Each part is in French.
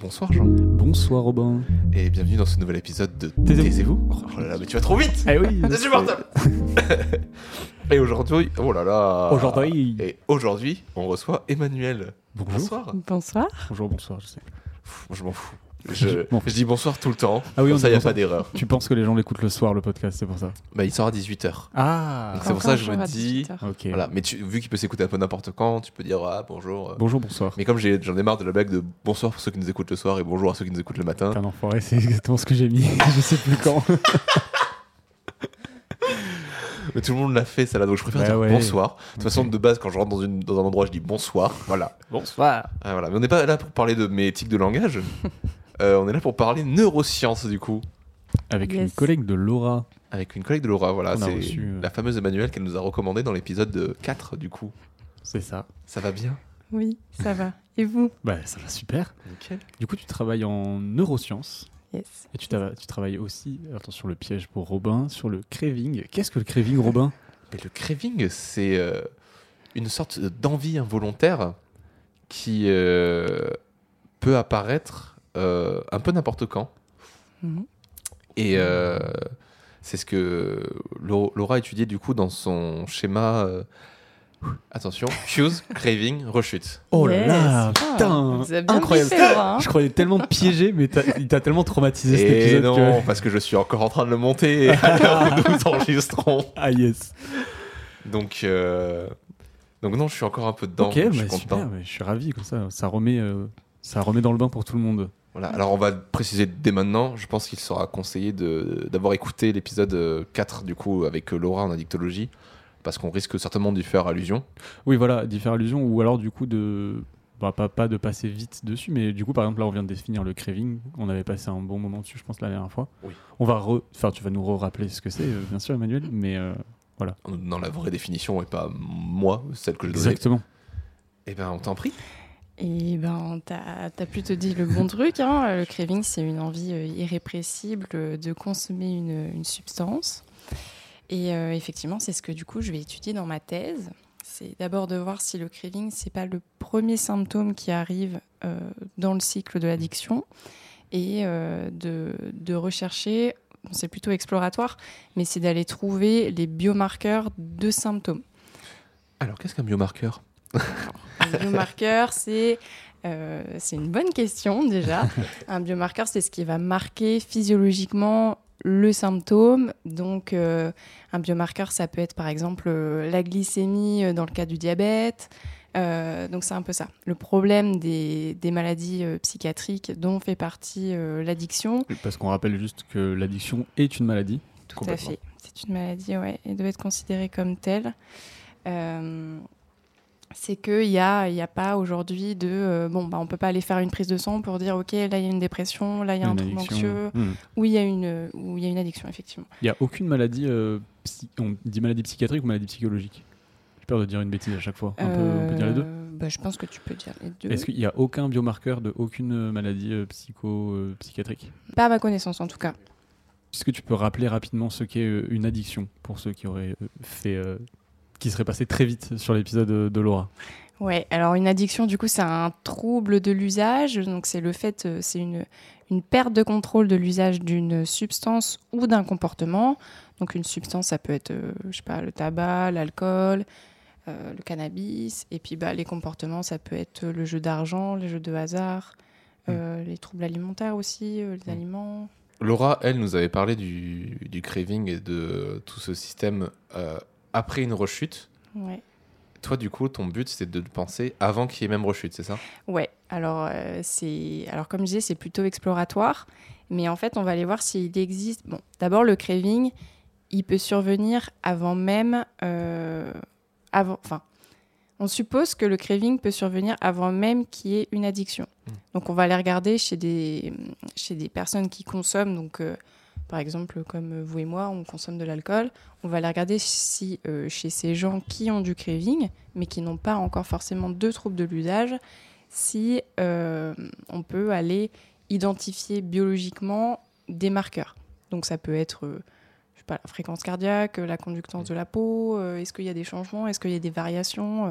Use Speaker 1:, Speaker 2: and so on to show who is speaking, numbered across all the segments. Speaker 1: Bonsoir Jean.
Speaker 2: Bonsoir Robin.
Speaker 1: Et bienvenue dans ce nouvel épisode de
Speaker 2: Taisez-vous.
Speaker 1: Taisez-vous. Oh là là, mais tu vas trop vite
Speaker 2: Eh oui.
Speaker 1: C'est insupportable Et aujourd'hui, oh là là
Speaker 2: Aujourd'hui.
Speaker 1: Et aujourd'hui, on reçoit Emmanuel.
Speaker 2: Bonjour.
Speaker 1: Bonsoir.
Speaker 3: Bonsoir.
Speaker 2: Bonjour, bonsoir. Je sais.
Speaker 1: Pff, je m'en fous. Je,
Speaker 2: Bon.
Speaker 1: je dis bonsoir tout le temps.
Speaker 2: Ah oui,
Speaker 1: Comme
Speaker 2: on
Speaker 1: ça,
Speaker 2: dit
Speaker 1: il n'y a pas
Speaker 2: bonsoir.
Speaker 1: d'erreur.
Speaker 2: Tu penses que les gens l'écoutent le soir, le podcast, c'est pour ça
Speaker 1: Bah, il sort à 18h.
Speaker 2: Ah
Speaker 1: Donc c'est pour
Speaker 3: Encore
Speaker 1: ça que je
Speaker 3: un jour
Speaker 1: me
Speaker 3: à
Speaker 1: dis.
Speaker 3: 18 heures.
Speaker 2: Ok.
Speaker 1: Voilà, mais tu- vu qu'il peut s'écouter un peu n'importe quand, tu peux dire ah, bonjour. euh.
Speaker 2: Bonjour, bonsoir.
Speaker 1: Mais comme j'ai- j'en ai marre de la blague de bonsoir pour ceux qui nous écoutent le soir et bonjour à ceux qui nous écoutent le matin,
Speaker 2: T'es un enfoiré, c'est exactement ce que j'ai mis. je sais plus quand.
Speaker 1: Mais tout le monde l'a fait, ça là, donc je préfère
Speaker 2: Bah
Speaker 1: dire
Speaker 2: ouais.
Speaker 1: bonsoir. De toute
Speaker 2: Ok.
Speaker 1: façon, de base, quand je rentre dans, une, dans un endroit, je dis bonsoir. Voilà.
Speaker 2: Bonsoir.
Speaker 1: Ah, voilà. Mais on n'est pas là pour parler de mes tics de langage. Euh, on est là pour parler neurosciences, du coup.
Speaker 2: Avec une
Speaker 3: Yes.
Speaker 2: collègue de Laura.
Speaker 1: Avec une collègue de Laura, voilà.
Speaker 2: On a
Speaker 1: C'est
Speaker 2: reçu, euh,
Speaker 1: la fameuse Emmanuelle qu'elle nous a recommandée dans l'épisode de 4, du coup.
Speaker 2: C'est ça.
Speaker 1: Ça va bien
Speaker 3: Oui, ça va. Et vous
Speaker 2: Bah, ça va super.
Speaker 1: Nickel.
Speaker 2: Du coup, tu travailles en neurosciences
Speaker 3: Yes.
Speaker 2: et tu, t'as- tu travailles aussi, attends, sur le piège pour Robin, sur le craving. Qu'est-ce que le craving, Robin
Speaker 1: Mais le craving, c'est euh, une sorte d'envie involontaire qui euh, peut apparaître euh, un peu n'importe quand.
Speaker 3: Mhm.
Speaker 1: Et euh, c'est ce que Lau- Laura a étudié du coup dans son schéma. euh, attention, cues, craving, rechute.
Speaker 2: Oh là
Speaker 3: Yes.
Speaker 2: là,
Speaker 3: Ah,
Speaker 2: putain,
Speaker 3: vous avez bien
Speaker 2: incroyable.
Speaker 3: kiffé, Laura, hein
Speaker 2: Je croyais tellement piégé, mais t'as- il t'a tellement traumatisé cet
Speaker 1: Et
Speaker 2: épisode
Speaker 1: Eh non,
Speaker 2: que...
Speaker 1: parce que je suis encore en train de le monter à l'heure où nous enregistrons.
Speaker 2: Ah yes.
Speaker 1: Donc, euh, donc non, je suis encore un peu dedans.
Speaker 2: ok,
Speaker 1: donc
Speaker 2: bah,
Speaker 1: je suis content.
Speaker 2: super, mais je suis ravi comme ça. Ça remet, euh, ça remet dans le bain pour tout le monde.
Speaker 1: Voilà. Alors on va le préciser dès maintenant. Je pense qu'il sera conseillé de- d'avoir écouté l'épisode euh, 4 du coup avec euh, Laura en addictologie, parce qu'on risque certainement d'y faire allusion.
Speaker 2: Oui, voilà, d'y faire allusion, ou alors du coup de. Bah, pas, pas de passer vite dessus, mais du coup, par exemple, là, on vient de définir le craving. On avait passé un bon moment dessus, je pense, la dernière fois.
Speaker 1: Oui.
Speaker 2: On va re. Enfin, tu vas nous rappeler ce que c'est, euh, bien sûr, Emmanuel, mais. euh,
Speaker 1: Dans la vraie définition et pas moi, celle que je donnais
Speaker 2: exactement.
Speaker 1: Eh ben, on t'en prie.
Speaker 3: Et ben, t'as t'as plutôt dit le bon truc. hein. Le craving, c'est une envie euh, irrépressible euh, de consommer une, une substance. Et euh, effectivement, c'est ce que du coup je vais étudier dans ma thèse. C'est d'abord de voir si le craving, c'est pas le premier symptôme qui arrive euh, dans le cycle de l'addiction, et euh, de, de rechercher. bon, C'est plutôt exploratoire, mais c'est d'aller trouver les biomarqueurs de symptômes.
Speaker 1: Alors, qu'est-ce qu'un biomarqueur
Speaker 3: Un biomarqueur, c'est euh, c'est une bonne question déjà. Un biomarqueur, c'est ce qui va marquer physiologiquement le symptôme. Donc, euh, un biomarqueur, ça peut être par exemple euh, la glycémie euh, dans le cas du diabète. Euh, donc, c'est un peu ça. Le problème des, des maladies euh, psychiatriques dont fait partie euh, l'addiction,
Speaker 2: Parce qu'on rappelle juste que l'addiction est une maladie.
Speaker 3: tout à fait. C'est une maladie, ouais, et doit être considérée comme telle. Euh, c'est qu'il n'y a, il y a pas aujourd'hui de. euh, bon, bah, on ne peut pas aller faire une prise de sang pour dire, OK, là, il y a une dépression, là, il y a un
Speaker 2: Une
Speaker 3: trouble
Speaker 2: addiction.
Speaker 3: anxieux,
Speaker 2: Hmm.
Speaker 3: ou il y, a une- ou il y a une addiction, effectivement.
Speaker 2: Il n'y a aucune maladie, euh, psy- on dit maladie psychiatrique ou maladie psychologique J'ai peur de dire une bêtise à chaque fois. On, peut, on peut dire les deux
Speaker 3: Euh, bah, Je pense que tu peux dire les deux.
Speaker 2: Est-ce qu'il n'y a aucun biomarqueur de aucune euh, maladie euh, psycho, euh, psychiatrique
Speaker 3: Pas à ma connaissance, en tout cas.
Speaker 2: Est-ce que tu peux rappeler rapidement ce qu'est euh, une addiction pour ceux qui auraient euh, fait. euh, qui seraient passés très vite sur l'épisode euh, de Laura
Speaker 3: Ouais, alors une addiction, du coup, c'est un trouble de l'usage. Donc, c'est le fait, euh, c'est une, une perte de contrôle de l'usage d'une substance ou d'un comportement. Donc, une substance, ça peut être, euh, je sais pas, le tabac, l'alcool, euh, le cannabis. Et puis, bah, les comportements, ça peut être le jeu d'argent, les jeux de hasard, euh, les troubles alimentaires aussi, euh, les aliments.
Speaker 1: Laura, elle, nous avait parlé du, du craving et de tout ce système euh, après une rechute.
Speaker 3: Ouais.
Speaker 1: Toi, du coup, ton but, c'est de penser avant qu'il y ait même rechute, c'est ça
Speaker 3: Ouais, alors, euh, c'est... alors comme je disais, c'est plutôt exploratoire, mais en fait, on va aller voir s'il existe. Bon, d'abord, le craving, il peut survenir avant même. euh, avant... Enfin, on suppose que le craving peut survenir avant même qu'il y ait une addiction.
Speaker 1: Mm.
Speaker 3: Donc, on va aller regarder chez des, chez des personnes qui consomment, donc. euh, par exemple, comme vous et moi, on consomme de l'alcool. On va aller regarder si euh, chez ces gens qui ont du craving, mais qui n'ont pas encore forcément de troubles de l'usage, si euh, on peut aller identifier biologiquement des marqueurs. Donc ça peut être euh, je sais pas, la fréquence cardiaque, euh, la conductance de la peau, euh, est-ce qu'il y a des changements, est-ce qu'il y a des variations. euh,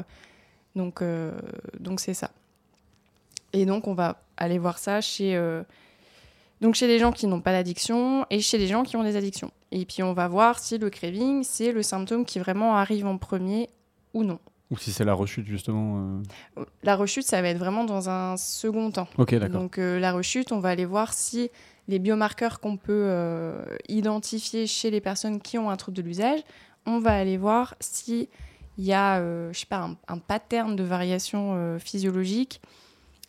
Speaker 3: donc euh, donc c'est ça. Et donc, on va aller voir ça chez, euh, donc chez les gens qui n'ont pas d'addiction et chez les gens qui ont des addictions. Et puis, on va voir si le craving, c'est le symptôme qui vraiment arrive en premier ou non.
Speaker 2: Ou si c'est la rechute, justement. euh.
Speaker 3: La rechute, ça va être vraiment dans un second temps.
Speaker 2: Ok, d'accord.
Speaker 3: Donc, euh, la rechute, on va aller voir si les biomarqueurs qu'on peut euh, identifier chez les personnes qui ont un trouble de l'usage, on va aller voir si il y a, euh, je sais pas, un, un pattern de variation euh, physiologique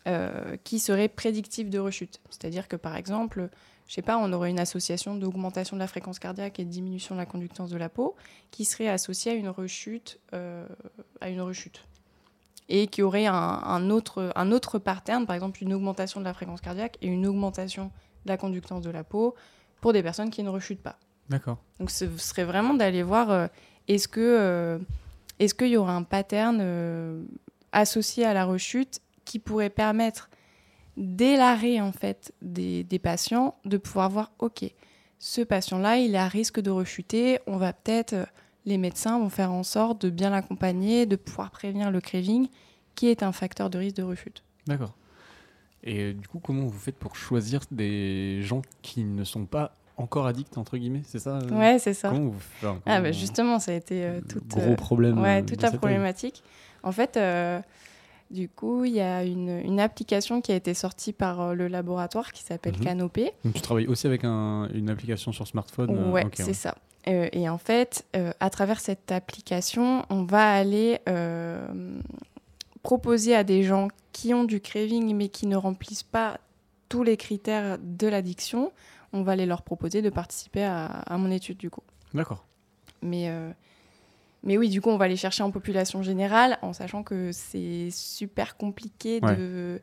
Speaker 3: euh, qui serait prédictif de rechute. C'est-à-dire que, par exemple, je sais pas, on aurait une association d'augmentation de la fréquence cardiaque et de diminution de la conductance de la peau qui serait associée à une rechute, euh, à une rechute. Et qui aurait un, un autre, un autre pattern, par exemple une augmentation de la fréquence cardiaque et une augmentation de la conductance de la peau pour des personnes qui ne rechutent pas.
Speaker 2: D'accord.
Speaker 3: Donc ce serait vraiment d'aller voir euh, est-ce que euh, est-ce qu'il y aura un pattern euh, associé à la rechute qui pourrait permettre dès l'arrêt en fait des, des patients de pouvoir voir ok ce patient là il est à risque de rechuter on va peut-être euh, les médecins vont faire en sorte de bien l'accompagner de pouvoir prévenir le craving qui est un facteur de risque de rechute.
Speaker 2: D'accord. Et euh, du coup, comment vous faites pour choisir des gens qui ne sont pas encore addicts, entre guillemets C'est ça euh,
Speaker 3: Ouais c'est ça.
Speaker 2: Comment vous enfin,
Speaker 3: Ah bah
Speaker 2: comment-
Speaker 3: justement ça a été euh,
Speaker 2: le
Speaker 3: toute
Speaker 2: Gros
Speaker 3: euh,
Speaker 2: problème. euh,
Speaker 3: Ouais,
Speaker 2: de
Speaker 3: toute la
Speaker 2: cette année.
Speaker 3: problématique. En fait, euh, du coup, il y a une, une application qui a été sortie par euh, le laboratoire qui s'appelle
Speaker 2: Mhm.
Speaker 3: Canopé.
Speaker 2: Donc, tu travailles aussi avec un- une application sur smartphone euh,
Speaker 3: ouais,
Speaker 2: ok,
Speaker 3: c'est
Speaker 2: ouais.
Speaker 3: ça. Euh, et en fait, euh, à travers cette application, on va aller euh, proposer à des gens qui ont du craving mais qui ne remplissent pas tous les critères de l'addiction, on va aller leur proposer de participer à- à mon étude du coup.
Speaker 2: D'accord.
Speaker 3: Mais, euh, mais oui, du coup, on va les chercher en population générale, en sachant que c'est super compliqué
Speaker 2: Ouais.
Speaker 3: de.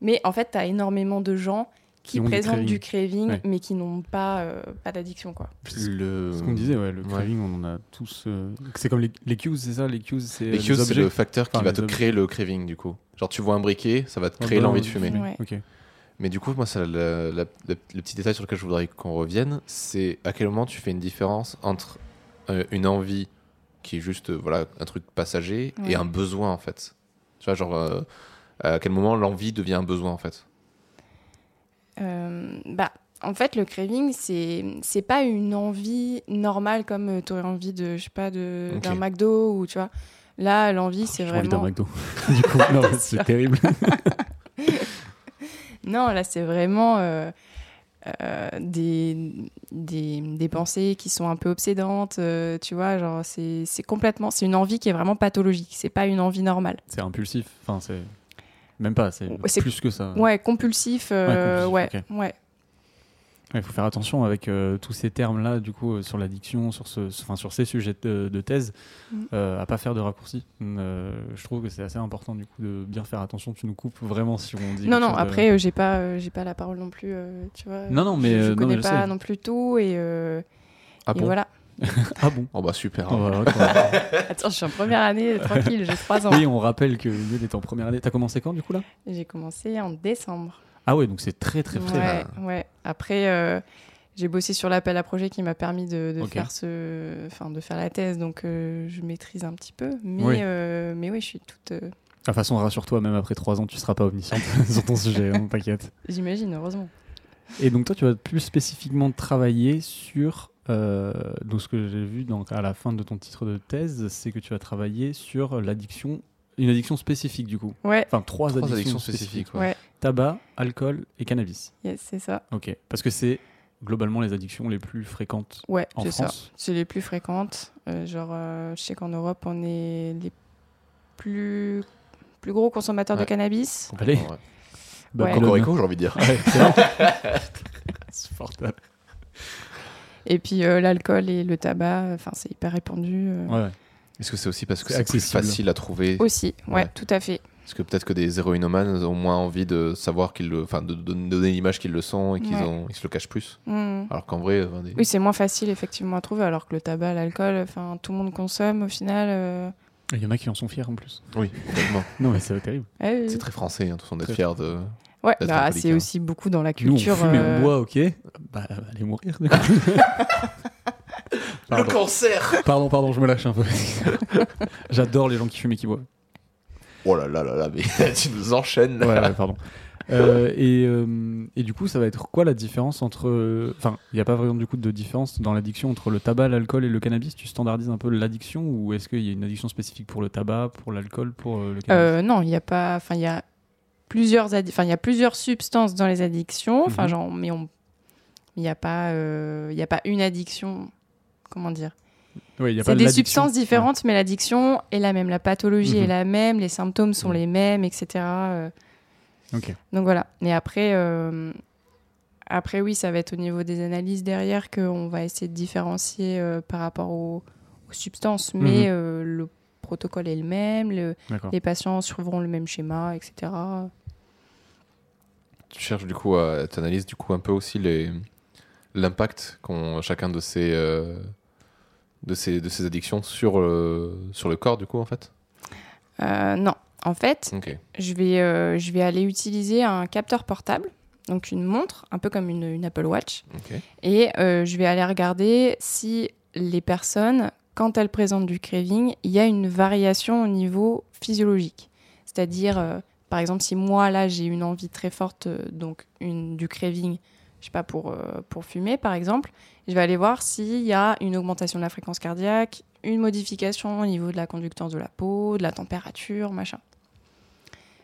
Speaker 3: Mais en fait, tu as énormément de gens qui,
Speaker 2: Qui ont du
Speaker 3: présentent du craving,
Speaker 2: Ouais.
Speaker 3: mais qui n'ont pas, euh, pas d'addiction. quoi.
Speaker 1: Le...
Speaker 2: Ce qu'on disait, ouais, le
Speaker 1: ouais.
Speaker 2: craving, on en a tous. euh, C'est comme les, les cues, c'est ça Les cues, c'est euh,
Speaker 1: Les
Speaker 2: les
Speaker 1: cues, c'est
Speaker 2: objets
Speaker 1: le facteur qui
Speaker 2: Enfin,
Speaker 1: va
Speaker 2: les
Speaker 1: te
Speaker 2: objets.
Speaker 1: créer le craving, du coup. Genre, tu vois un briquet, ça va te
Speaker 2: Ah,
Speaker 1: créer
Speaker 2: bah,
Speaker 1: l'envie de
Speaker 2: ouais,
Speaker 1: fumer.
Speaker 3: fumer. Ouais.
Speaker 2: Ok.
Speaker 1: Mais du coup, moi, ça, la- la- le, le petit détail sur lequel je voudrais qu'on revienne, c'est à quel moment tu fais une différence entre euh, une envie qui est juste euh, voilà, un truc passager
Speaker 3: Ouais.
Speaker 1: et un besoin, en fait. Tu vois, genre, euh, à quel moment l'envie devient un besoin, en fait.
Speaker 3: Euh, bah, en fait, le craving, c'est c'est pas une envie normale comme tu aurais envie de, je sais pas, de-
Speaker 1: Ok.
Speaker 3: d'un McDo ou tu vois. Là, l'envie, c'est
Speaker 2: Oh, J'ai envie d'un
Speaker 3: vraiment.
Speaker 2: McDo. du coup, non, c'est terrible.
Speaker 3: Non, là, c'est vraiment euh, euh, des, des, des pensées qui sont un peu obsédantes, euh, tu vois, genre, c'est c'est complètement, c'est une envie qui est vraiment pathologique, c'est pas une envie normale.
Speaker 2: C'est impulsif. Enfin, c'est. Même pas, c'est
Speaker 3: Ouais, c'est-
Speaker 2: plus que ça.
Speaker 3: Ouais, compulsif, euh,
Speaker 2: Ouais,
Speaker 3: ouais,
Speaker 2: compulsif,
Speaker 3: ouais.
Speaker 2: Il faut faire attention avec euh, tous ces termes-là, du coup, euh, sur l'addiction, sur, ce, ce- enfin, sur ces sujets de, de thèse,
Speaker 3: Mhm.
Speaker 2: euh, à pas faire de raccourcis. Euh, je trouve que c'est assez important, du coup, de bien faire attention. Tu nous coupes vraiment si on dit.
Speaker 3: Non,
Speaker 2: quelque
Speaker 3: non,
Speaker 2: chose de-
Speaker 3: après, euh, j'ai pas, euh, j'ai pas la parole non plus, euh, tu vois.
Speaker 2: Non, non, mais,
Speaker 3: Je, je
Speaker 2: euh, non,
Speaker 3: connais
Speaker 2: mais je
Speaker 3: pas
Speaker 2: sais.
Speaker 3: non plus tout et, euh,
Speaker 1: Ah
Speaker 3: et
Speaker 1: bon
Speaker 3: voilà.
Speaker 2: Ah bon
Speaker 1: Oh bah super.
Speaker 2: Oh, voilà, quoi.
Speaker 3: Attends, je suis en première année, tranquille, j'ai trois ans.
Speaker 2: Oui, on rappelle que Lionel est en première année. T'as commencé quand, du coup, là
Speaker 3: J'ai commencé en décembre.
Speaker 2: Ah ouais, donc c'est très, très frais.
Speaker 3: ouais, ouais. Après, euh, j'ai bossé sur l'appel à projet qui m'a permis de, de
Speaker 2: Ok.
Speaker 3: faire ce, enfin, de faire la thèse, donc euh, je maîtrise un petit peu. Mais
Speaker 2: Oui.
Speaker 3: oui, mais oui, je suis toute. euh,
Speaker 2: De toute façon, rassure-toi, même après 3 ans, tu seras pas omnisciente sur ton sujet, hein, t'inquiète.
Speaker 3: J'imagine, heureusement.
Speaker 2: Et donc, toi, tu vas plus spécifiquement travailler sur. euh, donc, ce que j'ai vu donc, à la fin de ton titre de thèse, c'est que tu vas travailler sur l'addiction, une addiction spécifique du coup.
Speaker 3: Ouais,
Speaker 2: Enfin,
Speaker 1: Trois
Speaker 2: trois, addictions,
Speaker 1: addictions
Speaker 2: spécifiques.
Speaker 1: spécifiques. ouais.
Speaker 3: ouais,
Speaker 2: Tabac, alcool et cannabis.
Speaker 3: yes, c'est ça.
Speaker 2: Ok. Parce que c'est globalement les addictions les plus fréquentes
Speaker 3: Ouais,
Speaker 2: en
Speaker 3: c'est ça.
Speaker 2: France.
Speaker 3: C'est les plus fréquentes. Euh, genre, euh, je sais qu'en Europe, on est les plus plus gros consommateurs
Speaker 1: Ouais.
Speaker 3: de cannabis.
Speaker 2: Allez,
Speaker 1: Ouais.
Speaker 2: bah,
Speaker 3: Ouais.
Speaker 2: Colonne.
Speaker 1: Cocorico, j'ai envie de dire.
Speaker 2: Ouais, excellent. Insupportable.
Speaker 3: Et puis euh, l'alcool et le tabac, enfin, c'est hyper répandu. euh,
Speaker 2: Ouais, ouais.
Speaker 1: Est-ce que c'est aussi parce que
Speaker 2: C'est
Speaker 1: c'est plus
Speaker 2: accessible.
Speaker 1: facile à trouver
Speaker 3: Aussi, ouais,
Speaker 1: Ouais.
Speaker 3: tout à fait.
Speaker 1: Parce que peut-être que des héroïnomanes ont moins envie de savoir qu'ils le. Enfin, de, de donner l'image qu'ils le sont et qu'ils
Speaker 3: Ouais.
Speaker 1: ont- ils se le cachent plus.
Speaker 3: Mm.
Speaker 1: Alors qu'en vrai. euh, des-
Speaker 3: Oui, c'est moins facile effectivement à trouver, alors que le tabac, l'alcool, enfin tout le monde consomme au final. euh,
Speaker 2: Il y en a qui en sont fiers en plus.
Speaker 1: Oui, complètement.
Speaker 2: Non, mais c'est terrible.
Speaker 3: ouais, oui.
Speaker 1: c'est très français, hein, de toute façon, d'être
Speaker 2: Très-
Speaker 1: fier de.
Speaker 3: Ouais,
Speaker 1: d'être
Speaker 3: bah,
Speaker 1: alcoolique,
Speaker 3: c'est
Speaker 1: hein.
Speaker 3: aussi beaucoup dans la
Speaker 2: Nous, on
Speaker 3: culture.
Speaker 2: fume et on
Speaker 3: euh,
Speaker 2: boit, ok. Bah, allez mourir. du coup. Pardon.
Speaker 1: cancer
Speaker 2: Pardon, pardon, je me lâche un peu. J'adore les gens qui fument et qui boivent.
Speaker 1: Oh là là là là, mais tu nous enchaînes.
Speaker 2: Ouais,
Speaker 1: là.
Speaker 2: ouais, pardon. Euh, et, euh, et du coup, ça va être quoi la différence entre. Enfin, il n'y a pas vraiment du coup de différence dans l'addiction entre le tabac, l'alcool et le cannabis Tu standardises un peu l'addiction ou est-ce qu'il y a une addiction spécifique pour le tabac, pour l'alcool, pour euh, le cannabis
Speaker 3: Euh, non, il y a pas. Enfin, il y a plusieurs. addi- Enfin, il y a plusieurs substances dans les addictions. Enfin,
Speaker 2: Mhm.
Speaker 3: genre, mais on. Il n'y a pas. euh, Il y a pas une addiction. Comment dire
Speaker 2: Ouais, il y a pas
Speaker 3: C'est des
Speaker 2: l'addiction.
Speaker 3: substances différentes, mais l'addiction est la même, la pathologie
Speaker 2: Mhm.
Speaker 3: est la même, les symptômes sont
Speaker 2: Mhm.
Speaker 3: les mêmes, etc. euh,
Speaker 2: Ouais. Ok.
Speaker 3: donc voilà. Et après, euh, après oui, ça va être au niveau des analyses derrière qu'on va essayer de différencier euh, par rapport aux, aux substances, mais
Speaker 2: Mhm.
Speaker 3: euh, le protocole est le même, le-
Speaker 2: D'accord.
Speaker 3: les patients suivront le même schéma, etc.
Speaker 1: Tu cherches du coup à t'analyses du coup un peu aussi les l'impact qu'ont chacun de ces euh, de ces de ces addictions sur le sur le corps du coup en fait.
Speaker 3: Euh, non, en fait,
Speaker 1: Ok.
Speaker 3: je vais, euh, je vais aller utiliser un capteur portable, donc une montre, un peu comme une, une Apple Watch.
Speaker 1: Ok.
Speaker 3: Et euh, je vais aller regarder si les personnes, quand elles présentent du craving, il y a une variation au niveau physiologique. C'est-à-dire, euh, par exemple, si moi, là, j'ai une envie très forte, euh, donc une, du craving, je sais pas, pour, euh, pour fumer, par exemple, je vais aller voir s'il y a une augmentation de la fréquence cardiaque, une modification au niveau de la conductance de la peau, de la température, machin.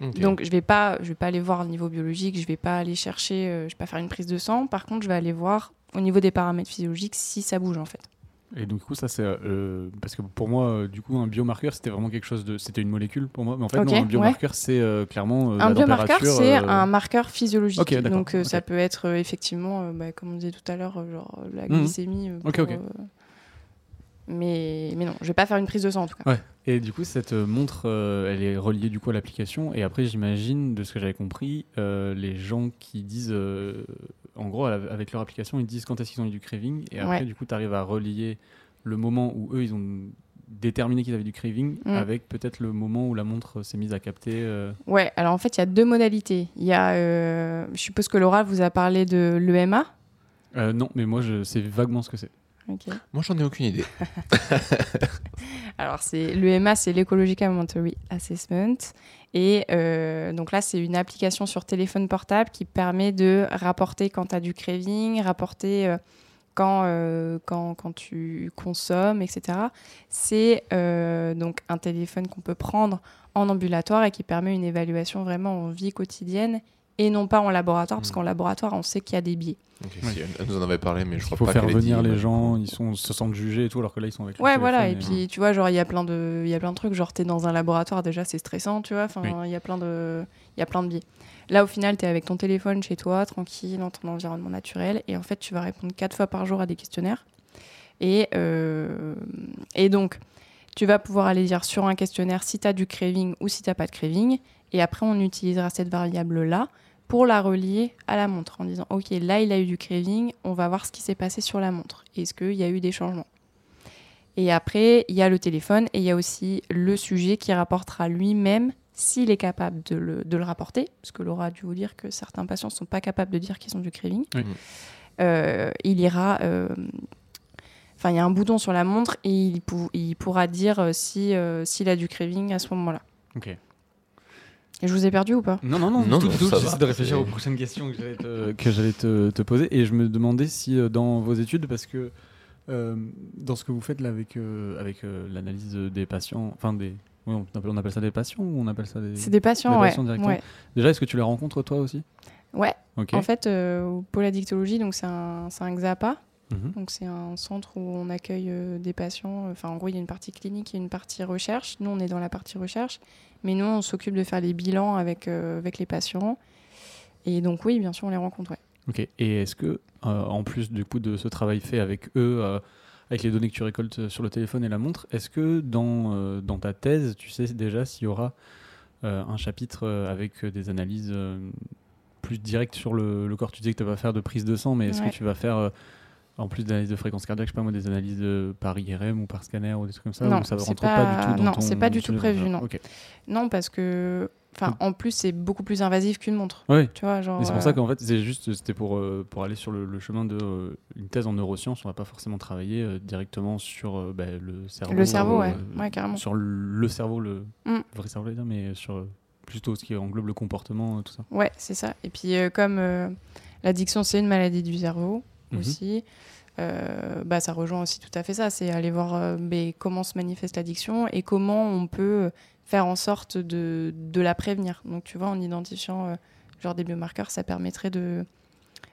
Speaker 1: Ok.
Speaker 3: Donc je vais pas, je vais pas aller voir le niveau biologique, je vais pas aller chercher, euh, je vais pas faire une prise de sang. Par contre, je vais aller voir au niveau des paramètres physiologiques si ça bouge en fait.
Speaker 2: Et donc, du coup, ça, c'est. euh, parce que pour moi, euh, du coup, un biomarqueur, c'était vraiment quelque chose de. C'était une molécule pour moi. Mais en fait,
Speaker 3: Ok,
Speaker 2: non, un biomarqueur, c'est euh, clairement. euh,
Speaker 3: un
Speaker 2: la
Speaker 3: biomarqueur,
Speaker 2: température,
Speaker 3: c'est
Speaker 2: euh,
Speaker 3: un marqueur physiologique.
Speaker 2: Ok, d'accord,
Speaker 3: Donc euh, ça
Speaker 2: ok.
Speaker 3: peut être euh, effectivement, euh, bah, comme on disait tout à l'heure, euh, genre euh, la
Speaker 2: Mhm.
Speaker 3: glycémie. euh,
Speaker 2: Ok,
Speaker 3: pour,
Speaker 2: ok.
Speaker 3: euh, Mais, mais non, je vais pas faire une prise de sang en tout cas.
Speaker 2: Ouais. Et du coup, cette euh, montre, euh, elle est reliée du coup à l'application. Et après, j'imagine, de ce que j'avais compris, euh, les gens qui disent, euh, en gros, à la- avec leur application, ils disent quand est-ce qu'ils ont eu du craving. Et après,
Speaker 3: Ouais.
Speaker 2: du coup, tu arrives à relier le moment où eux, ils ont déterminé qu'ils avaient du craving
Speaker 3: Mm.
Speaker 2: avec peut-être le moment où la montre euh, s'est mise à capter. euh,
Speaker 3: Ouais, alors en fait, il y a deux modalités. Il y a, euh, je suppose que Laura vous a parlé de l'EMA.
Speaker 2: euh, non, mais moi, je sais vaguement ce que c'est.
Speaker 3: Ok.
Speaker 1: Moi j'en ai aucune idée.
Speaker 3: Alors, c'est l'EMA, c'est l'Ecological Momentary Assessment. Et euh, donc là, c'est une application sur téléphone portable qui permet de rapporter quand tu as du craving, rapporter euh, quand, euh, quand, quand tu consommes, etc. C'est euh, donc un téléphone qu'on peut prendre en ambulatoire et qui permet une évaluation vraiment en vie quotidienne et non pas en laboratoire, parce
Speaker 1: Mm.
Speaker 3: qu'en laboratoire, on sait qu'il y a des biais.
Speaker 1: Ok,
Speaker 2: Ouais.
Speaker 1: si, elle, elle nous en avait parlé mais je
Speaker 2: Il
Speaker 1: crois
Speaker 2: faut
Speaker 1: pas
Speaker 2: faire
Speaker 1: qu'elle ait
Speaker 2: venir
Speaker 1: dit,
Speaker 2: les
Speaker 1: ouais.
Speaker 2: gens, ils sont, se sentent jugés et tout, alors que là, ils sont avec. leur
Speaker 3: Ouais, voilà. Et
Speaker 2: téléphone
Speaker 3: puis, tu vois, genre, il y a plein de, il y a plein de trucs. Genre, t'es dans un laboratoire, déjà, c'est stressant, tu vois. Enfin,
Speaker 2: Oui.
Speaker 3: il y a plein de, il y a plein de biais. Là, au final, t'es avec ton téléphone chez toi, tranquille, dans ton environnement naturel. Et en fait, tu vas répondre quatre fois par jour à des questionnaires. Et, euh, et donc, tu vas pouvoir aller dire sur un questionnaire si t'as du craving ou si t'as pas de craving. Et après, on utilisera cette variable-là pour la relier à la montre en disant Ok, là, il a eu du craving, on va voir ce qui s'est passé sur la montre. Est-ce qu'il y a eu des changements Et après, il y a le téléphone et il y a aussi le sujet qui rapportera lui-même s'il est capable de le, de le rapporter, parce que Laura a dû vous dire que certains patients ne sont pas capables de dire qu'ils ont du craving.
Speaker 2: Oui.
Speaker 3: Euh, il ira. euh, Enfin, il y a un bouton sur la montre et il, pou- il pourra dire euh, si, euh, s'il a du craving à ce moment-là.
Speaker 2: Ok.
Speaker 3: Et je vous ai perdu ou pas
Speaker 2: Non, non, non,
Speaker 1: Non,
Speaker 2: tout,
Speaker 1: non,
Speaker 2: tout,
Speaker 1: ça
Speaker 2: j'essaie
Speaker 1: va.
Speaker 2: de réfléchir aux prochaines questions que j'allais te, que j'allais te- te poser. Et je me demandais si euh, dans vos études, parce que euh, dans ce que vous faites là avec, euh, avec euh, l'analyse des patients, enfin des. oui, on, appelle, on appelle ça des patients ou on appelle ça des.
Speaker 3: C'est des patients,
Speaker 2: Des
Speaker 3: ouais.
Speaker 2: patients directement.
Speaker 3: ouais.
Speaker 2: Déjà, est-ce que tu les rencontres toi aussi
Speaker 3: Ouais.
Speaker 2: Ok.
Speaker 3: En fait, euh, pour la dictologie, donc c'est un, c'est un XAPA,
Speaker 2: Mhm.
Speaker 3: donc c'est un centre où on accueille euh, des patients. Enfin, en gros, il y a une partie clinique et une partie recherche. Nous, on est dans la partie recherche, mais nous, on s'occupe de faire les bilans avec, euh, avec les patients. Et donc, oui, bien sûr, on les rencontre. ouais.
Speaker 2: Ok. Et est-ce que, euh, en plus du coup de ce travail fait avec eux, euh, avec les données que tu récoltes euh, sur le téléphone et la montre, est-ce que dans, euh, dans ta thèse, tu sais déjà s'il y aura euh, un chapitre euh, avec euh, des analyses euh, plus directes sur le, le corps Tu disais que tu vas faire de prise de sang, mais est-ce
Speaker 3: Ouais.
Speaker 2: que tu vas faire, euh, en plus d'analyses de fréquence cardiaque, je sais pas moi, des analyses euh, par IRM ou par scanner ou des trucs comme ça
Speaker 3: Non,
Speaker 2: ou ça
Speaker 3: c'est
Speaker 2: rentre pas, du
Speaker 3: pas-
Speaker 2: tout dans
Speaker 3: non,
Speaker 2: ton-
Speaker 3: c'est pas du tout
Speaker 2: ton-
Speaker 3: prévu, non.
Speaker 2: Ok.
Speaker 3: Non, parce que Enfin, en plus, c'est beaucoup plus invasif qu'une montre.
Speaker 2: Oui.
Speaker 3: Tu vois, genre.
Speaker 2: Et c'est pour
Speaker 3: euh,
Speaker 2: ça qu'en fait, c'est juste, c'était pour, euh, pour aller sur le, le chemin de euh, une thèse en neurosciences. On va pas forcément travailler euh, directement sur euh, bah, le cerveau.
Speaker 3: Le cerveau,
Speaker 2: euh,
Speaker 3: ouais. Ouais, carrément.
Speaker 2: Sur le, le cerveau, le
Speaker 3: Mm.
Speaker 2: vrai cerveau, j'allais dire, mais sur euh, plutôt ce qui englobe le comportement, euh, tout ça.
Speaker 3: Ouais, c'est ça. Et puis, euh, comme euh, l'addiction, c'est une maladie du cerveau
Speaker 2: Mhm.
Speaker 3: aussi, euh, bah, ça rejoint aussi tout à fait ça. C'est aller voir euh, mais comment se manifeste l'addiction et comment on peut faire en sorte de, de la prévenir. Donc, tu vois, en identifiant euh, genre des biomarqueurs, ça permettrait de,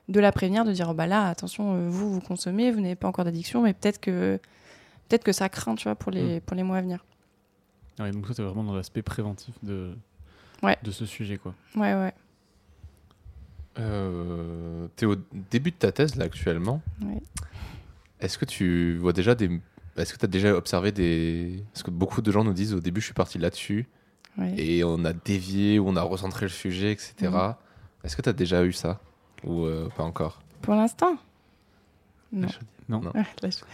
Speaker 3: de la prévenir, de dire oh, bah là, attention, euh, vous, vous consommez, vous n'avez pas encore d'addiction, mais peut-être que, peut que ça craint, tu vois, pour les, pour les mois à venir.
Speaker 1: Mhm.
Speaker 2: Ouais, donc ça, c'est vraiment dans l'aspect préventif de,
Speaker 3: Ouais.
Speaker 2: de ce sujet, quoi.
Speaker 3: Ouais, ouais.
Speaker 1: Euh, T'es au début de ta thèse là actuellement.
Speaker 3: Ouais.
Speaker 1: Est-ce que tu vois déjà des. Est-ce que tu as déjà observé des. Parce que beaucoup de gens nous disent au début je suis parti là-dessus
Speaker 3: ouais.
Speaker 1: et on a dévié ou on a recentré le sujet, etc.
Speaker 3: Mhm.
Speaker 1: Est-ce que tu as déjà eu ça ou euh, pas encore
Speaker 3: Pour l'instant Non.
Speaker 2: Non.
Speaker 1: Non.
Speaker 3: Ah, la chou-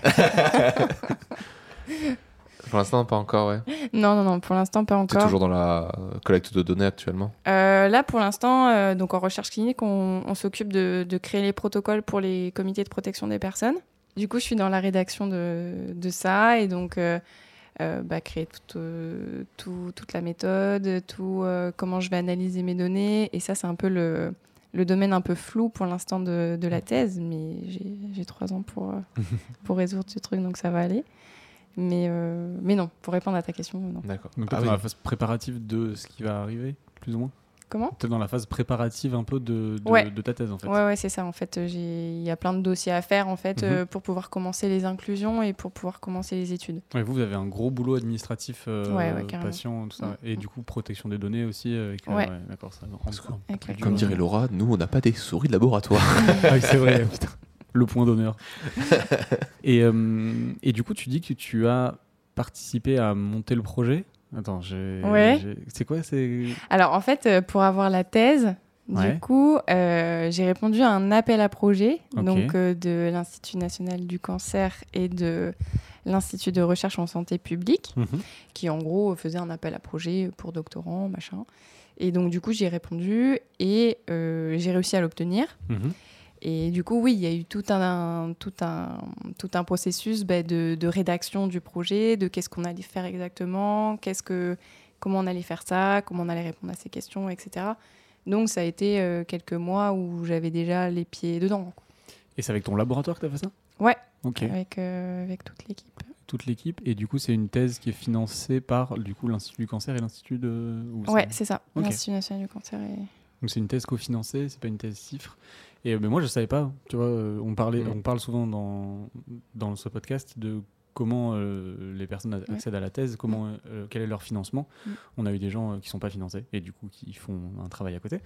Speaker 1: Pour l'instant, pas encore, ouais.
Speaker 3: Non, non, non, pour l'instant, pas
Speaker 1: Tu es
Speaker 3: encore.
Speaker 1: toujours dans la collecte de données actuellement
Speaker 3: Euh, là, pour l'instant, euh, donc en recherche clinique, on, on s'occupe de, de créer les protocoles pour les comités de protection des personnes. Du coup, je suis dans la rédaction de, de ça et donc euh, euh, bah, créer tout, euh, tout- toute la méthode, tout euh, comment je vais analyser mes données. Et ça, c'est un peu le, le domaine un peu flou pour l'instant de, de la thèse, mais j'ai- j'ai trois ans pour, euh, pour résoudre ce truc, donc ça va aller. Mais, euh, mais non, pour répondre à ta question, non.
Speaker 1: D'accord.
Speaker 2: Donc
Speaker 1: Ah
Speaker 2: t'es
Speaker 1: oui.
Speaker 2: dans la phase préparative de ce qui va arriver, plus ou moins.
Speaker 3: Comment
Speaker 2: T'es dans la phase préparative un peu de, de,
Speaker 3: Ouais.
Speaker 2: de ta thèse, en fait.
Speaker 3: Ouais, ouais, c'est ça. En fait, euh, j'ai- il y a plein de dossiers à faire en fait
Speaker 2: Mhm.
Speaker 3: euh, pour pouvoir commencer les inclusions et pour pouvoir commencer les études.
Speaker 2: Ouais, vous, vous avez un gros boulot administratif, euh,
Speaker 3: Ouais, ouais, carrément.
Speaker 2: patient, tout ça.
Speaker 3: Mm,
Speaker 2: Et du coup, protection des données aussi. euh, avec, euh,
Speaker 3: Ouais.
Speaker 2: d'accord, ça. rend-
Speaker 1: Parce que-
Speaker 2: rend
Speaker 3: Avec
Speaker 2: plus
Speaker 3: la
Speaker 2: dur.
Speaker 1: Comme
Speaker 3: Ouais.
Speaker 1: dirait Laura, nous, on n'a pas des souris de laboratoire.
Speaker 2: Ah oui, c'est vrai, putain. Le point d'honneur. et, euh, et du coup, tu dis que tu as participé à monter le projet. Attends, j'ai.
Speaker 3: Ouais.
Speaker 2: j'ai- C'est quoi c'est...
Speaker 3: Alors en fait, euh, pour avoir la thèse,
Speaker 2: Ouais.
Speaker 3: du coup, euh, j'ai répondu à un appel à projet
Speaker 2: Ok.
Speaker 3: donc euh, de l'Institut national du cancer et de l'Institut de recherche en santé publique.
Speaker 1: Mm-hmm,
Speaker 3: qui en gros faisait un appel à projet pour doctorants, machin. Et donc du coup j'ai répondu et euh, j'ai réussi à l'obtenir.
Speaker 1: mm-hmm.
Speaker 2: Mhm.
Speaker 3: Et du coup oui, il y a eu tout un, tout un, tout un processus bah, de, de rédaction du projet, de qu'est-ce qu'on allait faire exactement, qu'est-ce que, comment on allait faire ça, comment on allait répondre à ces questions, etc. Donc ça a été euh, quelques mois où j'avais déjà les pieds dedans quoi,
Speaker 2: Et c'est avec ton laboratoire que tu as fait ça
Speaker 3: Ouais.
Speaker 2: Ok.
Speaker 3: avec, euh, avec toute l'équipe.
Speaker 2: Toute l'équipe. Et du coup, c'est une thèse qui est financée par du coup, l'Institut du cancer et l'Institut de. ou c'est-
Speaker 3: Ouais, c'est ça,
Speaker 2: Ok.
Speaker 3: l'Institut national du cancer. et-
Speaker 2: Donc c'est une thèse cofinancée, c'est pas une thèse cifre. Et euh, mais moi je savais pas, tu vois, euh, on parlait,
Speaker 1: Mm.
Speaker 2: on parle souvent dans dans ce podcast de comment euh, les personnes a- accèdent à la thèse, comment euh, euh, quel est leur financement.
Speaker 3: Mm.
Speaker 2: On a eu des gens euh, qui sont pas financés et du coup qui font un travail à côté.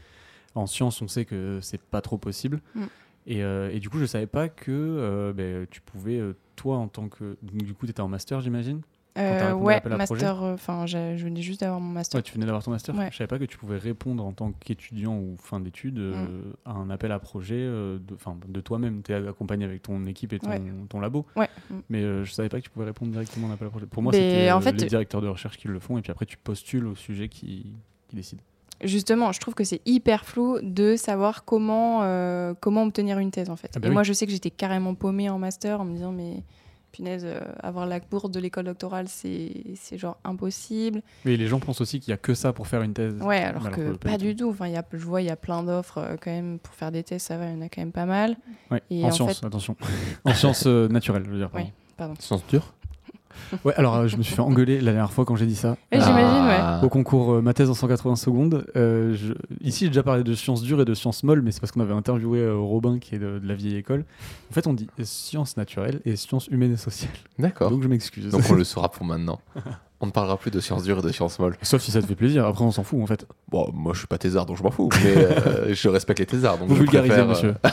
Speaker 2: En science, on sait que c'est pas trop possible.
Speaker 3: Mm.
Speaker 2: Et, euh, et du coup, je savais pas que euh, ben, tu pouvais, euh, toi, en tant que. Du coup, tu étais en master, j'imagine t'as
Speaker 3: Euh,
Speaker 2: répondu à
Speaker 3: ouais,
Speaker 2: l'appel à projet
Speaker 3: master. Enfin, je venais juste d'avoir mon master.
Speaker 2: Ouais, tu venais d'avoir ton master.
Speaker 3: Ouais.
Speaker 2: Je savais pas que tu pouvais répondre en tant qu'étudiant ou fin d'études euh,
Speaker 3: Mm.
Speaker 2: à un appel à projet euh, de, enfin, de toi-même. Tu es accompagné avec ton équipe et ton,
Speaker 3: Ouais.
Speaker 2: ton labo.
Speaker 3: Ouais. Mm.
Speaker 2: Mais euh, je savais pas que tu pouvais répondre directement à un appel à projet. Pour moi,
Speaker 3: Mais
Speaker 2: c'était
Speaker 3: en
Speaker 2: euh,
Speaker 3: fait,
Speaker 2: les
Speaker 3: euh,
Speaker 2: directeurs de recherche qui le font et puis après, tu postules au sujet qui, qui décide.
Speaker 3: Justement, je trouve que c'est hyper flou de savoir comment, euh, comment obtenir une thèse en fait.
Speaker 2: Ah bah
Speaker 3: Et
Speaker 2: oui.
Speaker 3: moi, je sais que j'étais carrément paumée en master en me disant mais punaise, euh, avoir la bourse de l'école doctorale, c'est c'est genre impossible.
Speaker 2: Mais les gens pensent aussi qu'il y a que ça pour faire une thèse.
Speaker 3: Ouais, alors
Speaker 2: Bah, Alors
Speaker 3: que
Speaker 2: que pas
Speaker 3: pas
Speaker 2: du
Speaker 3: du tout. Enfin, il y a, je vois, il y a plein d'offres euh, quand même pour faire des thèses, ça va, il y en a quand même pas mal.
Speaker 2: Ouais.
Speaker 3: Et
Speaker 2: En,
Speaker 3: en
Speaker 2: science, attention. en science euh, naturelle, je veux dire. pardon.
Speaker 3: Pardon.
Speaker 1: Sens dur
Speaker 2: Ouais, alors euh, je me suis fait engueuler la dernière fois quand j'ai dit ça.
Speaker 3: Ouais,
Speaker 2: Euh,
Speaker 3: j'imagine,
Speaker 1: Ah.
Speaker 2: Au concours euh, ma thèse en 180 secondes, euh, je- ici j'ai déjà parlé de sciences dures et de sciences molles, mais c'est parce qu'on avait interviewé euh, Robin qui est de, de la vieille école. En fait, on dit sciences naturelles et sciences humaines et sociales.
Speaker 1: D'accord.
Speaker 2: Donc je m'excuse.
Speaker 1: Donc on le saura pour maintenant. On ne parlera plus de sciences dures et de sciences molles.
Speaker 2: Sauf si ça te fait plaisir, après on s'en fout en fait.
Speaker 1: Bon, moi je suis pas thésard, donc je m'en fous. Mais euh, je respecte les thésards. Donc
Speaker 2: Vous
Speaker 1: je
Speaker 2: vulgarisez,
Speaker 1: préfère, euh,
Speaker 2: monsieur.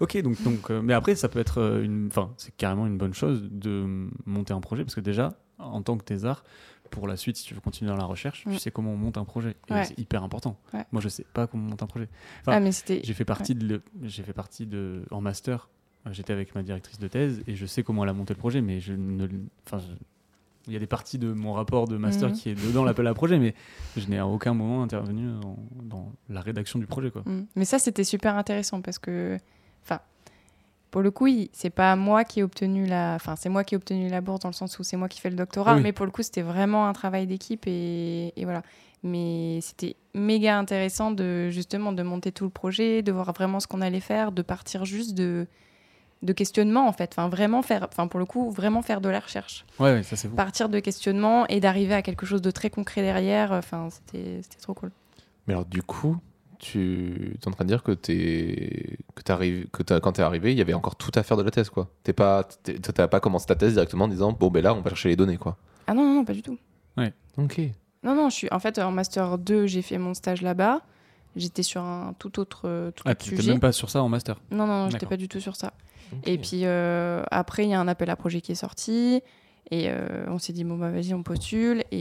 Speaker 2: ok, donc, donc euh, mais après, ça peut être euh, une. Enfin, c'est carrément une bonne chose de monter un projet, parce que déjà, en tant que thésard, pour la suite, si tu veux continuer dans la recherche, tu
Speaker 3: Mm.
Speaker 2: sais comment on monte un projet. Et
Speaker 3: Ouais.
Speaker 2: c'est hyper important.
Speaker 3: Ouais.
Speaker 2: Moi, je sais pas comment on monte un projet. Enfin,
Speaker 3: Ah, mais c'était.
Speaker 2: J'ai fait partie de, le- j'ai fait partie de, en master, euh, j'étais avec ma directrice de thèse et je sais comment elle a monté le projet, mais je ne, enfin, je- il y a des parties de mon rapport de master
Speaker 3: Mhm.
Speaker 2: qui est dedans l'appel à projet, mais je n'ai à aucun moment intervenu en- dans la rédaction du projet. Quoi.
Speaker 3: Mm. Mais ça, c'était super intéressant parce que, enfin, pour le coup, il- c'est pas moi qui ai obtenu la, enfin, c'est moi qui ai obtenu la bourse dans le sens où c'est moi qui fais le doctorat,
Speaker 2: Oui.
Speaker 3: mais pour le coup, c'était vraiment un travail d'équipe et, et voilà. Mais c'était méga intéressant de justement de monter tout le projet, de voir vraiment ce qu'on allait faire, de partir juste de de questionnement en fait, enfin vraiment faire, enfin pour le coup vraiment faire de la recherche,
Speaker 2: Ouais, ouais, ça c'est vous.
Speaker 3: partir de questionnement et d'arriver à quelque chose de très concret derrière, enfin c'était c'était trop cool.
Speaker 1: Mais alors, du coup, tu es en train de dire que, t'es que, t'arrives- que t'as- quand t'es arrivé, il y avait encore tout à faire de la thèse, quoi. T'es pas, t'es- t'as pas commencé ta thèse directement en disant, bon, ben là, on va chercher les données, quoi.
Speaker 3: Ah non non, non pas du tout.
Speaker 1: Ok.
Speaker 3: Non, non, je suis en fait en master 2, j'ai fait mon stage là-bas. J'étais sur un tout autre, euh, tout
Speaker 2: Ah,
Speaker 3: autre
Speaker 2: tu n'étais
Speaker 3: sujet.
Speaker 2: même pas sur ça en master.
Speaker 3: Non, non, j'étais
Speaker 2: D'accord.
Speaker 3: pas du tout sur ça. Et puis euh, après, il y a un appel à projet qui est sorti. Et euh, on s'est dit, bon, bah vas-y, on postule. Et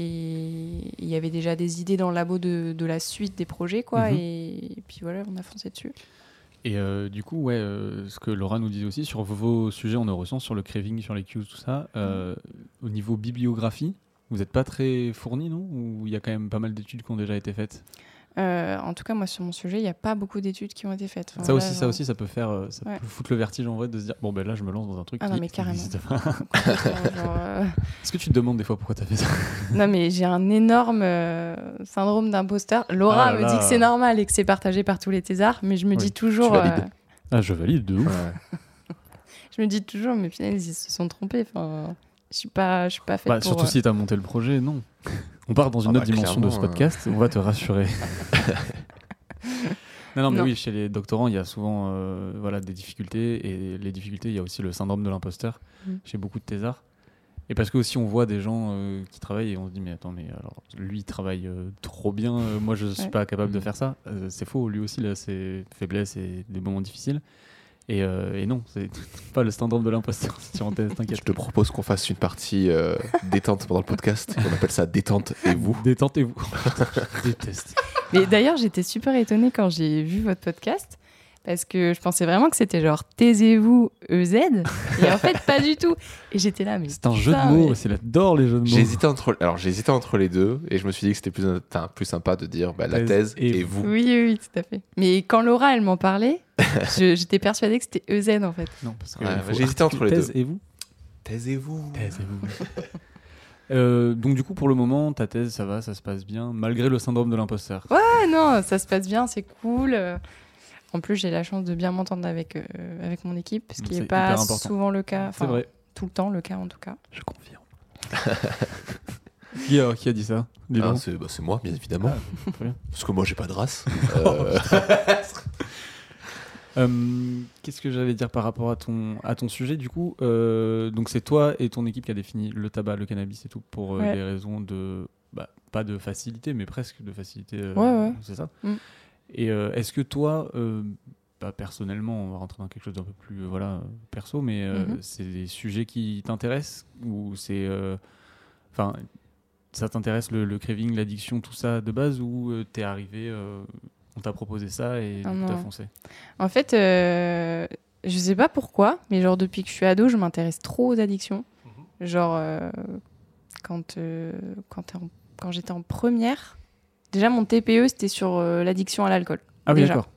Speaker 3: il y avait déjà des idées dans le labo de, de la suite des projets, quoi.
Speaker 2: Mhm.
Speaker 3: et, et puis voilà, on a foncé dessus.
Speaker 2: Et euh, du coup, ouais, euh, ce que Laura nous disait aussi sur vos sujets en neurosciences, sur le craving, sur les cues, tout ça, euh,
Speaker 3: Mhm.
Speaker 2: au niveau bibliographie, vous n'êtes pas très fourni, non Ou il y a quand même pas mal d'études qui ont déjà été faites
Speaker 3: Euh, en tout cas, moi, sur mon sujet, il n'y a pas beaucoup d'études qui ont été faites. Enfin,
Speaker 2: Ça
Speaker 3: là,
Speaker 2: aussi, ça
Speaker 3: genre-
Speaker 2: aussi, ça peut faire, euh, ça
Speaker 3: Ouais.
Speaker 2: peut foutre le vertige en vrai de se dire bon ben là je me lance dans un truc.
Speaker 3: Ah non,
Speaker 2: qui
Speaker 3: mais carrément.
Speaker 2: n'existe pas.
Speaker 3: Genre, euh,
Speaker 2: Est-ce que tu te demandes des fois pourquoi t'as fait ça
Speaker 3: Non, mais j'ai un énorme euh, syndrome d'imposteur. Laura
Speaker 2: Ah là
Speaker 3: me
Speaker 2: là.
Speaker 3: dit que c'est normal et que c'est partagé par tous les thésards, mais je me
Speaker 2: Oui,
Speaker 3: dis toujours,
Speaker 1: tu valides.
Speaker 3: euh,
Speaker 2: Ah je valide de ouf.
Speaker 1: Ouais.
Speaker 3: je me dis toujours, mais putain, ils se sont trompés. Enfin, je suis pas, je suis pas faite
Speaker 2: Bah,
Speaker 3: pour.
Speaker 2: surtout
Speaker 3: euh,
Speaker 2: si t'as monté le projet, non. On part dans une
Speaker 1: Ah bah,
Speaker 2: autre dimension de ce
Speaker 1: clairement, euh,
Speaker 2: podcast. On va te rassurer. Non, non, mais
Speaker 3: Non.
Speaker 2: oui, chez les doctorants, il y a souvent euh, voilà, des difficultés. Et les difficultés, il y a aussi le syndrome de l'imposteur
Speaker 3: Mhm.
Speaker 2: chez beaucoup de thésards. Et parce que aussi, on voit des gens euh, qui travaillent et on se dit, mais attends, mais alors, lui, il travaille euh, trop bien, euh, moi, je suis
Speaker 3: Ouais.
Speaker 2: pas capable de
Speaker 1: Mhm.
Speaker 2: faire ça. Euh, c'est faux, lui aussi, il a ses faiblesses et des moments difficiles. Et, euh, et non, c'est pas le syndrome de l'imposteur, si tu en thèse, t'inquiète.
Speaker 1: Je te propose qu'on fasse une partie euh, détente pendant le podcast. On appelle ça détente et vous.
Speaker 2: Détentez-vous. je déteste.
Speaker 3: Mais d'ailleurs, j'étais super étonnée quand j'ai vu votre podcast. Parce que je pensais vraiment que c'était genre taisez-vous EZ, et en fait pas du tout. Et j'étais là, mais
Speaker 2: C'est un jeu
Speaker 3: putain,
Speaker 2: de mots,
Speaker 3: mais-
Speaker 2: c'est j'adore les jeux de mots.
Speaker 1: J'hésitais entre, alors j'hésitais entre les deux et je me suis dit que c'était plus, enfin, plus sympa de dire bah, la
Speaker 2: Thèse
Speaker 1: thèse
Speaker 2: et
Speaker 1: et, vous.
Speaker 3: Oui, oui, oui, tout à fait. Mais quand Laura, elle m'en parlait, je- j'étais persuadée que c'était EZ en fait.
Speaker 2: Non, parce que
Speaker 1: Ouais,
Speaker 2: il faut
Speaker 1: J'hésitais entre les
Speaker 2: thèse
Speaker 1: deux.
Speaker 2: et vous
Speaker 1: Taisez-vous.
Speaker 2: Euh, donc du coup pour le moment ta thèse ça va ça se passe bien malgré le syndrome de l'imposteur
Speaker 3: Ah non, ça se passe bien, c'est cool. Euh, En plus, j'ai la chance de bien m'entendre avec, euh, avec mon équipe, ce
Speaker 2: Donc,
Speaker 3: qui
Speaker 2: c'est
Speaker 3: n'est pas
Speaker 2: hyper important.
Speaker 3: souvent le cas.
Speaker 2: c'est
Speaker 3: Enfin,
Speaker 2: vrai
Speaker 3: Tout le temps le cas, en tout cas.
Speaker 2: je confirme qui, a, qui a dit ça Dis
Speaker 1: Ah,
Speaker 2: donc.
Speaker 1: c'est bah, c'est moi, bien évidemment.
Speaker 2: Ah, très bien. Oh,
Speaker 1: Parce que moi, j'ai pas de race. Euh,
Speaker 2: Euh, qu'est-ce que j'allais dire par rapport à ton à ton sujet du coup Euh, donc c'est toi et ton équipe qui a défini le tabac le cannabis et tout pour euh,
Speaker 3: Ouais.
Speaker 2: des raisons de bah, pas de facilité mais presque de facilité euh,
Speaker 3: Ouais, ouais.
Speaker 2: c'est ça
Speaker 3: Mm.
Speaker 2: et euh, est-ce que toi euh, bah, personnellement on va rentrer dans quelque chose d'un peu plus euh, voilà euh, perso mais euh,
Speaker 3: Mhm.
Speaker 2: c'est des sujets qui t'intéressent ou c'est euh, enfin ça t'intéresse le, le craving l'addiction tout ça de base ou euh, t'es arrivé euh, on t'a proposé ça et
Speaker 3: Ah
Speaker 2: du coup, t'as
Speaker 3: non.
Speaker 2: foncé
Speaker 3: En fait, euh, je sais pas pourquoi, mais genre depuis que je suis ado, je m'intéresse trop aux addictions.
Speaker 2: Mhm.
Speaker 3: Genre, euh, quand, euh, quand, t'es en- quand j'étais en première, déjà mon TPE, c'était sur euh, l'addiction à l'alcool.
Speaker 2: ah oui
Speaker 3: Déjà.
Speaker 2: d'accord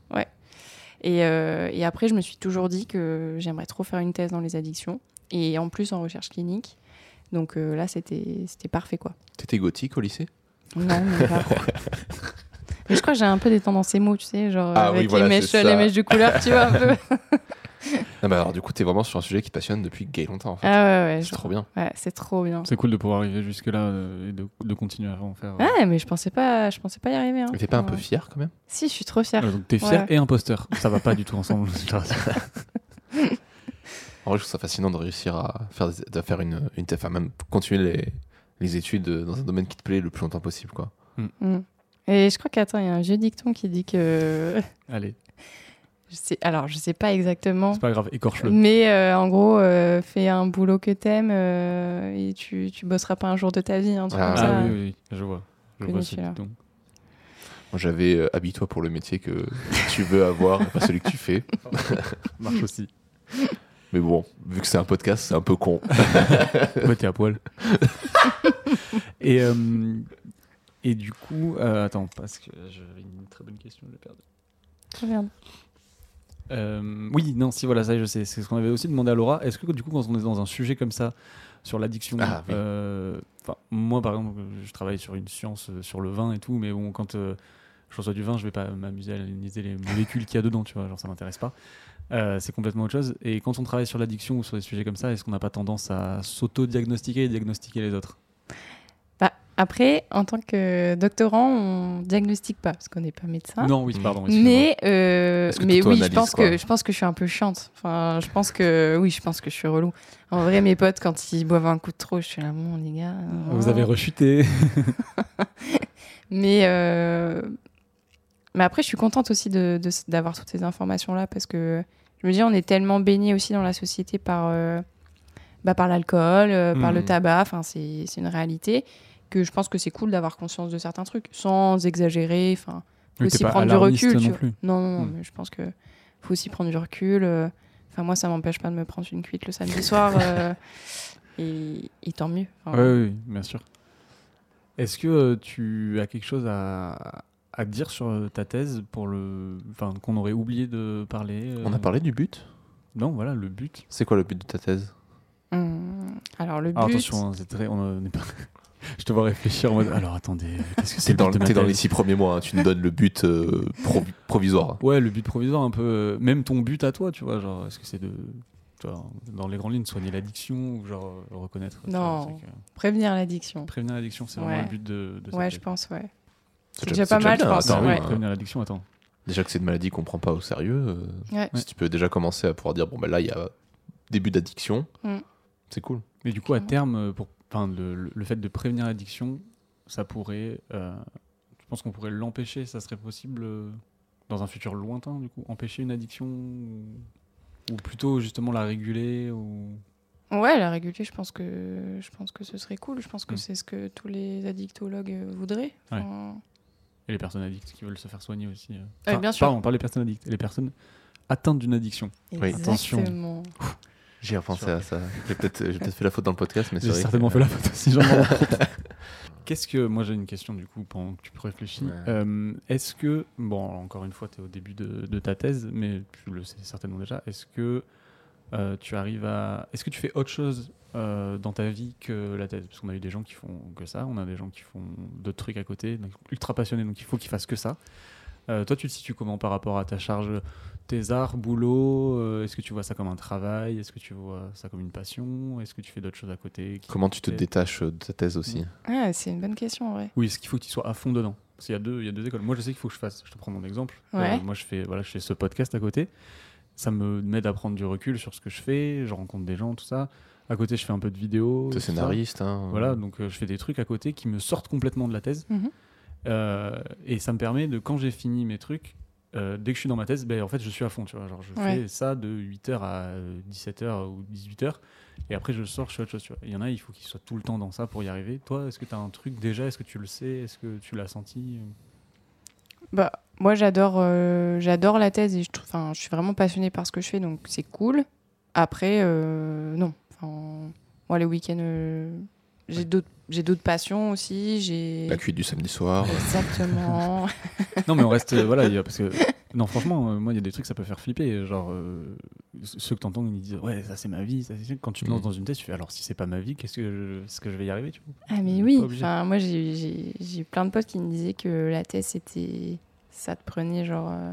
Speaker 3: Et, euh, et après, je me suis toujours dit que j'aimerais trop faire une thèse dans les addictions, et en plus en recherche clinique. Donc euh, là, c'était c'était parfait, quoi.
Speaker 1: T'étais gothique au lycée
Speaker 3: Non, mais pas. Mais je crois que j'ai un peu des tendances émo, tu sais, genre
Speaker 1: Ah oui,
Speaker 3: avec
Speaker 1: voilà,
Speaker 3: les,
Speaker 1: c'est
Speaker 3: mèches,
Speaker 1: ça.
Speaker 3: les mèches de couleur, tu vois, un peu.
Speaker 1: Non, bah alors du coup, t'es vraiment sur un sujet qui te passionne depuis gay longtemps. En fait.
Speaker 3: Ah ouais, ouais,
Speaker 1: c'est
Speaker 3: genre-
Speaker 1: trop bien.
Speaker 3: ouais, c'est trop bien.
Speaker 2: C'est cool de pouvoir arriver jusque-là euh, et de, de continuer à en faire. euh.
Speaker 3: Ouais, mais je pensais pas, je pensais pas y arriver. hein.
Speaker 1: Mais t'es pas un peu
Speaker 3: Ouais.
Speaker 1: fier quand même
Speaker 3: Si, je suis trop fière.
Speaker 2: Ouais, donc t'es fier
Speaker 3: Ah.
Speaker 2: et
Speaker 3: Ouais.
Speaker 2: imposteur. Ça va pas du tout ensemble. je te rassure.
Speaker 1: En vrai, je trouve ça fascinant de réussir à faire, des- de faire une, une enfin, même continuer les, les études dans un domaine qui te plaît le plus longtemps possible. quoi.
Speaker 3: Mm. Et je crois qu'attends, il y a un vieux dicton qui dit que,
Speaker 2: Allez,
Speaker 3: je sais, alors je sais pas exactement,
Speaker 2: c'est pas grave, écorche-le.
Speaker 3: Mais euh, en gros, euh, fais un boulot que t'aimes euh, et tu, tu bosseras pas un jour de ta vie. hein, Un truc
Speaker 1: Ah,
Speaker 2: Ah,
Speaker 3: comme ça.
Speaker 2: oui, oui, oui, je vois. Je
Speaker 3: Connu
Speaker 2: vois ce
Speaker 3: celui-là.
Speaker 2: dicton.
Speaker 1: Moi, j'avais euh, habille-toi pour le métier que tu veux avoir, et pas celui que tu fais.
Speaker 2: Marche aussi. Euh.
Speaker 1: Mais bon, vu que c'est un podcast, c'est un peu con.
Speaker 2: Ouais, t'es à poil. Et, euh, et du coup, euh, attends, parce que j'avais une très bonne question, j'ai perdu.
Speaker 3: Regarde.
Speaker 2: Euh, oui, non, si, voilà, ça, je sais. C'est ce qu'on avait aussi demandé à Laura. Est-ce que, du coup, quand on est dans un sujet comme ça, sur l'addiction,
Speaker 1: Ah, oui.
Speaker 2: euh, enfin, moi, par exemple, je travaille sur une science euh, sur le vin et tout, mais bon, quand euh, je reçois du vin, je vais pas m'amuser à analyser les molécules qu'il y a dedans, tu vois, genre, ça m'intéresse pas. Euh, c'est complètement autre chose. Et quand on travaille sur l'addiction ou sur des sujets comme ça, est-ce qu'on n'a pas tendance à s'auto-diagnostiquer et diagnostiquer les autres
Speaker 3: Bah, après, en tant que doctorant, on diagnostique pas parce qu'on n'est pas médecin.
Speaker 2: Non, oui, pardon. excuse-moi.
Speaker 3: Ah. Mais, euh,
Speaker 1: Est-ce que
Speaker 3: mais oui, je
Speaker 1: t'auto-analyses,
Speaker 3: pense,
Speaker 1: quoi
Speaker 3: que, je pense que je suis un peu chiante. Enfin, je pense que, oui, je pense que je suis relou. En vrai, mes potes, quand ils boivent un coup de trop, je suis là, mon les gars.
Speaker 2: Vous
Speaker 3: euh,
Speaker 2: avez rechuté.
Speaker 3: Mais, euh, mais après, je suis contente aussi de- de- d'avoir toutes ces informations-là parce que je me dis, on est tellement baigné aussi dans la société par, euh, bah, par l'alcool, euh, par
Speaker 2: Mmh.
Speaker 3: le
Speaker 1: Mhm.
Speaker 3: tabac, enfin, c'est c'est une réalité que je pense que c'est cool d'avoir conscience de certains trucs sans exagérer, enfin, faut
Speaker 2: Oui, t'es
Speaker 3: aussi
Speaker 2: pas
Speaker 3: prendre du
Speaker 2: alarmiste
Speaker 3: recul. tu
Speaker 2: non
Speaker 3: vois.
Speaker 2: plus.
Speaker 3: Non, non, non,
Speaker 2: Mm.
Speaker 3: mais je pense que faut aussi prendre du recul. euh, Enfin, moi, ça m'empêche pas de me prendre une cuite le samedi soir. euh, et, et tant mieux. Enfin,
Speaker 2: Oui, oui, oui, bien sûr. Est-ce que euh, tu as quelque chose à, à dire sur euh, ta thèse pour le, enfin, qu'on aurait oublié de parler euh,
Speaker 1: On a parlé du but
Speaker 2: Non, voilà, le but.
Speaker 1: C'est quoi le but de ta thèse
Speaker 3: hum, alors, le but.
Speaker 2: Alors, attention, hein, c'est très, on, euh, n'est pas- Je te vois réfléchir en mode. Alors attendez, euh, qu'est-ce que c'est
Speaker 1: T'es dans,
Speaker 2: le but de ma
Speaker 1: t'es dans les
Speaker 2: thèse
Speaker 1: six premiers mois, hein, tu nous donnes le but euh, provi- provisoire.
Speaker 2: Ouais, le but provisoire, un peu. euh, Même ton but à toi, tu vois, genre, est-ce que c'est de, tu vois, dans les grandes lignes, soigner l'addiction ou genre euh, reconnaître tu vois,
Speaker 3: Non.
Speaker 2: le truc, euh,
Speaker 3: Prévenir l'addiction.
Speaker 2: prévenir l'addiction, c'est vraiment
Speaker 3: Ouais.
Speaker 2: le but de. de cette
Speaker 3: Ouais,
Speaker 2: thèse.
Speaker 3: je pense, ouais.
Speaker 1: C'est
Speaker 3: déjà pas mal, je pense,
Speaker 1: attends,
Speaker 2: Bah oui,
Speaker 3: ouais.
Speaker 1: euh,
Speaker 2: prévenir l'addiction, attends.
Speaker 1: Déjà que c'est une maladie qu'on prend pas au sérieux, euh,
Speaker 3: Ouais.
Speaker 1: si tu peux déjà commencer à pouvoir dire, bon, bah là, il y a début d'addiction,
Speaker 3: Mm.
Speaker 1: c'est cool.
Speaker 2: Mais du coup, à
Speaker 3: Clairement.
Speaker 2: terme, euh, pour, enfin, le, le- le fait de prévenir l'addiction, ça pourrait. euh, je pense qu'on pourrait l'empêcher, ça serait possible euh, dans un futur lointain, du coup, empêcher une addiction ou, ou plutôt justement la réguler ou.
Speaker 3: Ouais, la réguler, je pense que je pense que ce serait cool. Je pense que
Speaker 2: Mm.
Speaker 3: c'est ce que tous les addictologues euh, voudraient.
Speaker 2: Ouais.
Speaker 3: Enfin,
Speaker 2: Et les personnes addictes qui veulent se faire soigner aussi. euh.
Speaker 3: Ouais, bien sûr.
Speaker 2: Pardon, pas les personnes addictes, les personnes atteintes d'une addiction.
Speaker 1: Oui.
Speaker 2: Attention.
Speaker 3: Exactement.
Speaker 1: J'ai repensé
Speaker 2: Sur-
Speaker 1: à ça. J'ai peut-être j'ai peut-être fait la faute dans le podcast, mais c'est
Speaker 2: J'ai
Speaker 1: vrai.
Speaker 2: certainement
Speaker 1: que-
Speaker 2: fait la photo si j'en rends compte. Qu'est-ce que. Moi, j'ai une question du coup, pendant que tu réfléchis.
Speaker 1: Ouais.
Speaker 2: Euh, est-ce que. Bon, encore une fois, tu es au début de, de ta thèse, mais tu le sais certainement déjà. Est-ce que euh, tu arrives à. Est-ce que tu fais autre chose euh, dans ta vie que la thèse Parce qu'on a eu des gens qui font que ça, on a des gens qui font d'autres trucs à côté, donc ultra passionnés, donc il faut qu'ils fassent que ça. Euh, toi, tu te situes comment par rapport à ta charge tes arts, boulot euh, Est-ce que tu vois ça comme un travail Est-ce que tu vois ça comme une passion Est-ce que tu fais d'autres choses à côté qui-
Speaker 1: Comment tu te détaches euh, de ta thèse
Speaker 2: Mm.
Speaker 1: aussi
Speaker 3: Ah, c'est une bonne question, en vrai.
Speaker 2: Oui, est-ce qu'il faut que tu sois à fond dedans Parce qu'il y a deux, il y a deux écoles. Moi, je sais qu'il faut que je fasse. Je te prends mon exemple. Euh,
Speaker 3: Ouais.
Speaker 2: moi, je fais, voilà, je fais ce podcast à côté. Ça me m'aide à prendre du recul sur ce que je fais. Je rencontre des gens, tout ça. À côté, je fais un peu de vidéos.
Speaker 1: T'es
Speaker 2: tout ça.
Speaker 1: scénariste, hein,
Speaker 2: Voilà, donc euh, je fais des trucs à côté qui me sortent complètement de la thèse.
Speaker 3: Mhm.
Speaker 2: Euh, et ça me permet de, quand j'ai fini mes trucs, euh, dès que je suis dans ma thèse, ben, en fait, je suis à fond. Tu vois, genre, je fais
Speaker 3: Ouais.
Speaker 2: ça de 8h à 17h ou 18h. Et après, je sors, je fais autre chose. tu vois. Il y en a, il faut qu'ils soient tout le temps dans ça pour y arriver. Toi, est-ce que tu as un truc déjà Est-ce que tu le sais Est-ce que tu l'as senti
Speaker 3: Bah, moi, j'adore, euh, j'adore la thèse et je, trouve, enfin, je suis vraiment passionnée par ce que je fais, donc c'est cool. Après, euh, non. Enfin, moi, les week-ends, euh, j'ai d'autres, j'ai d'autres passions aussi. J'ai
Speaker 2: Bah,
Speaker 1: La cuite du samedi soir.
Speaker 3: exactement.
Speaker 2: Non, mais on reste. euh, voilà, il y a- parce que. Non, franchement, euh, moi, il y a des trucs, ça peut faire flipper. Genre, euh, c- ceux que t'entends, ils disent Ouais, ça, c'est ma vie. Ça, c'est ça. Quand tu te lances
Speaker 1: Mhm.
Speaker 2: dans une thèse, tu fais Alors, si c'est pas ma vie, qu'est-ce que je, ce que je vais y arriver tu vois
Speaker 3: ah mais
Speaker 2: Pas
Speaker 3: oui.
Speaker 2: obligé.
Speaker 3: Enfin, moi, j'ai, j'ai, j'ai eu plein de potes qui me disaient que la thèse, c'était, ça te prenait genre euh,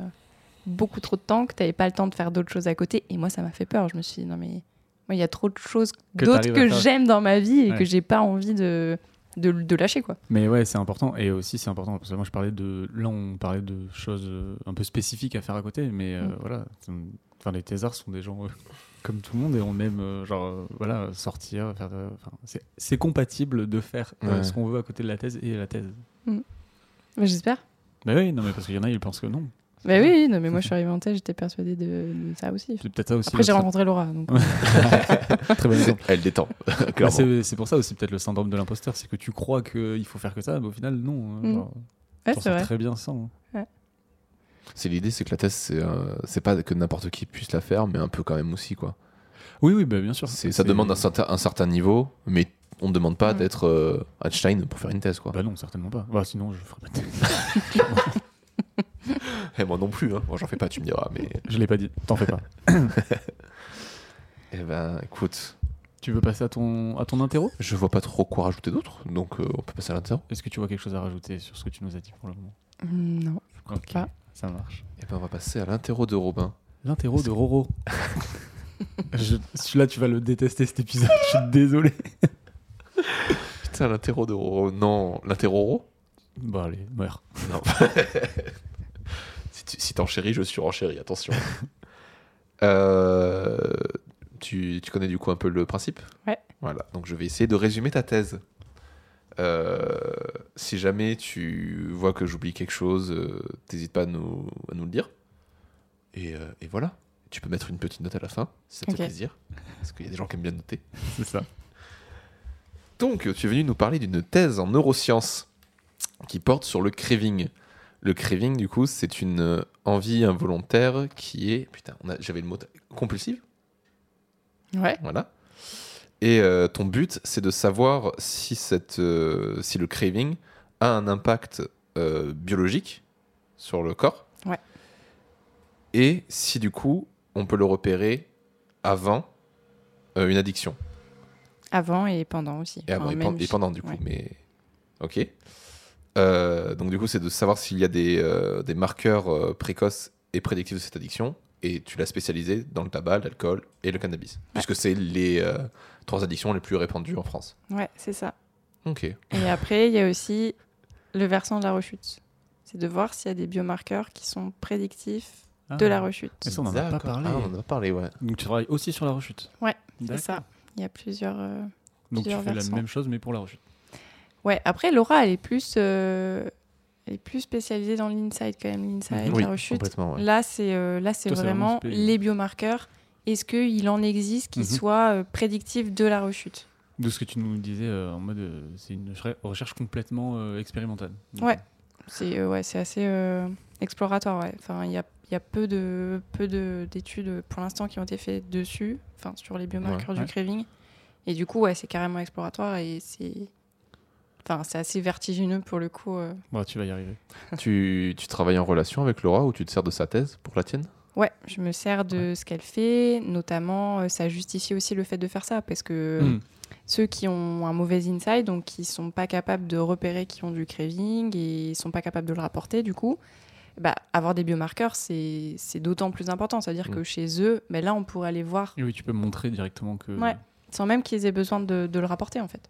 Speaker 3: beaucoup trop de temps, que t'avais pas le temps de faire d'autres choses à côté. Et moi, ça m'a fait peur. Je me suis dit non mais moi, il y a trop de choses
Speaker 2: Que
Speaker 3: d'autres
Speaker 2: t'arrives à
Speaker 3: que
Speaker 2: faire.
Speaker 3: j'aime dans ma vie et
Speaker 2: Ouais.
Speaker 3: que j'ai pas envie de, de, de lâcher quoi.
Speaker 2: Mais ouais, c'est important. Et aussi, c'est important parce que moi, je parlais de. Là, on parlait de choses euh, un peu spécifiques à faire à côté, mais euh,
Speaker 3: Mm.
Speaker 2: voilà. c'est- Enfin, les thésards sont des gens euh, comme tout le monde et on aime, euh, genre, euh, voilà, sortir. Faire, de- enfin, c'est- c'est compatible de faire euh,
Speaker 1: Ouais.
Speaker 2: ce qu'on veut à côté de la thèse et la thèse.
Speaker 3: Bah, J'espère.
Speaker 2: Bah oui, non, mais parce qu'il y en a, ils pensent que non.
Speaker 3: Bah oui, oui, non, mais moi je suis arrivée en thèse, j'étais persuadée de, de ça aussi.
Speaker 2: C'est peut-être ça aussi.
Speaker 3: Après j'ai
Speaker 2: le-
Speaker 3: rencontré Laura, donc
Speaker 2: Très bon exemple.
Speaker 1: Elle détend,
Speaker 2: Bah,
Speaker 1: clairement.
Speaker 2: c'est c'est pour ça aussi, peut-être, le syndrome de l'imposteur. C'est que tu crois qu'il faut faire que ça, mais au final, non. hein,
Speaker 3: Mm.
Speaker 2: genre,
Speaker 3: ouais,
Speaker 2: t'en
Speaker 3: c'est
Speaker 2: sors
Speaker 3: vrai.
Speaker 2: très bien sans.
Speaker 1: C'est l'idée, c'est que la thèse, c'est euh, c'est pas que n'importe qui puisse la faire, mais un peu quand même aussi, quoi.
Speaker 2: Oui, oui, bah, bien sûr.
Speaker 1: C'est- Ça demande un certain, un certain niveau, mais on ne demande pas
Speaker 3: Mm.
Speaker 1: d'être euh, Einstein pour faire une thèse, quoi.
Speaker 2: Bah non, certainement pas. Bah, sinon, je ferais pas. de-
Speaker 1: Et moi non plus, hein. moi j'en fais pas, tu me diras, mais.
Speaker 2: Je l'ai pas dit. T'en fais pas.
Speaker 1: Eh ben, écoute,
Speaker 2: tu veux passer à ton à ton interro
Speaker 1: je vois pas trop quoi rajouter d'autre, donc euh, on peut passer à l'interro.
Speaker 2: Est-ce que tu vois quelque chose à rajouter sur ce que tu nous as dit pour le moment
Speaker 3: Mm, Non.
Speaker 2: Je crois
Speaker 3: pas.
Speaker 2: Ça marche.
Speaker 1: Et ben, on va passer à l'interro de Robin.
Speaker 2: L'interro de Roro. Je- Celui-là, tu vas le détester cet épisode. Je suis désolé.
Speaker 1: Putain, l'interro de Roro. Non, l'interro
Speaker 2: Bah allez, meurs.
Speaker 1: Non. si tu- si t'enchéris, je suis enchéri, attention. Euh, tu, tu connais du coup un peu le principe
Speaker 3: Ouais.
Speaker 1: Voilà, donc je vais essayer de résumer ta thèse. Euh, si jamais tu vois que j'oublie quelque chose, euh, t'hésites pas à nous, à nous le dire. Et, euh, et voilà. Tu peux mettre une petite note à la fin, si ça te fait
Speaker 3: Ok.
Speaker 1: plaisir. Parce qu'il y a des gens qui aiment bien noter.
Speaker 2: C'est ça.
Speaker 1: Donc, tu es venu nous parler d'une thèse en neurosciences qui porte sur le craving. Le craving, du coup, c'est une euh, envie involontaire qui est. Putain, on a- j'avais le mot t- compulsive,
Speaker 3: Ouais.
Speaker 1: voilà. Et euh, ton but, c'est de savoir si, cette, euh, si le craving a un impact euh, biologique sur le corps.
Speaker 3: Ouais.
Speaker 1: Et si, du coup, on peut le repérer avant euh, une addiction.
Speaker 3: Avant et pendant aussi.
Speaker 1: Et, avant,
Speaker 3: Enfin,
Speaker 1: et
Speaker 3: même
Speaker 1: pen- et
Speaker 3: si-
Speaker 1: pendant, du coup,
Speaker 3: ouais.
Speaker 1: mais. Ok. Euh, donc, du coup, c'est de savoir s'il y a des, euh, des marqueurs euh, précoces et prédictifs de cette addiction. Et tu l'as spécialisé dans le tabac, l'alcool et le cannabis. Puisque c'est les euh, trois addictions les plus répandues en France.
Speaker 3: Ouais, c'est ça.
Speaker 1: Ok.
Speaker 3: Et après, il y a aussi le versant de la rechute. C'est de voir s'il y a des biomarqueurs qui sont prédictifs de
Speaker 1: Ah.
Speaker 3: la rechute.
Speaker 2: Et ça, on en a pas
Speaker 1: D'accord.
Speaker 2: parlé.
Speaker 1: Ah, on en a parlé, ouais.
Speaker 2: Ah. Donc tu travailles aussi sur la rechute.
Speaker 3: Ouais, C'est
Speaker 2: D'accord.
Speaker 3: ça. Il y a plusieurs. euh,
Speaker 2: Donc tu
Speaker 3: Plusieurs
Speaker 2: fais la
Speaker 3: versants.
Speaker 2: même chose mais pour la rechute.
Speaker 3: Ouais, après, Laura, elle est plus, euh, elle est plus spécialisée dans l'inside quand même, l'inside,
Speaker 1: oui,
Speaker 3: la rechute.
Speaker 1: complètement, ouais.
Speaker 3: Là, c'est euh, là, c'est
Speaker 2: Toi, c'est vraiment
Speaker 3: vraiment
Speaker 2: spé-
Speaker 3: les biomarqueurs. Est-ce qu'il en existe qui
Speaker 2: Mhm.
Speaker 3: soient euh, prédictifs de la rechute
Speaker 2: De ce que tu nous disais euh, en mode euh, c'est une re- recherche complètement euh, expérimentale. Donc,
Speaker 3: Ouais. C'est euh, ouais, c'est assez euh, exploratoire. ouais. Enfin, il y a, il y a peu de peu de- d'études euh, pour l'instant qui ont été faites dessus, enfin sur les biomarqueurs
Speaker 2: Ouais,
Speaker 3: du
Speaker 2: ouais.
Speaker 3: craving. Et du coup, ouais, c'est carrément exploratoire et c'est, enfin, c'est assez vertigineux pour le coup. euh.
Speaker 2: Bon, tu vas y arriver.
Speaker 1: tu, tu travailles en relation avec Laura ou tu te sers de sa thèse pour la tienne
Speaker 3: Ouais, je me sers de ce qu'elle fait, notamment euh, ça justifie aussi le fait de faire ça parce que
Speaker 2: Hmm.
Speaker 3: ceux qui ont un mauvais inside, donc qui sont pas capables de repérer qui ont du craving et sont pas capables de le rapporter, du coup, bah, avoir des biomarqueurs, c'est c'est d'autant plus important. C'est-à-dire
Speaker 1: Mm.
Speaker 3: que chez eux, mais là, on pourrait les voir
Speaker 2: Et oui, tu peux montrer directement que.
Speaker 3: Ouais. sans même qu'ils aient besoin de, de le rapporter, en fait.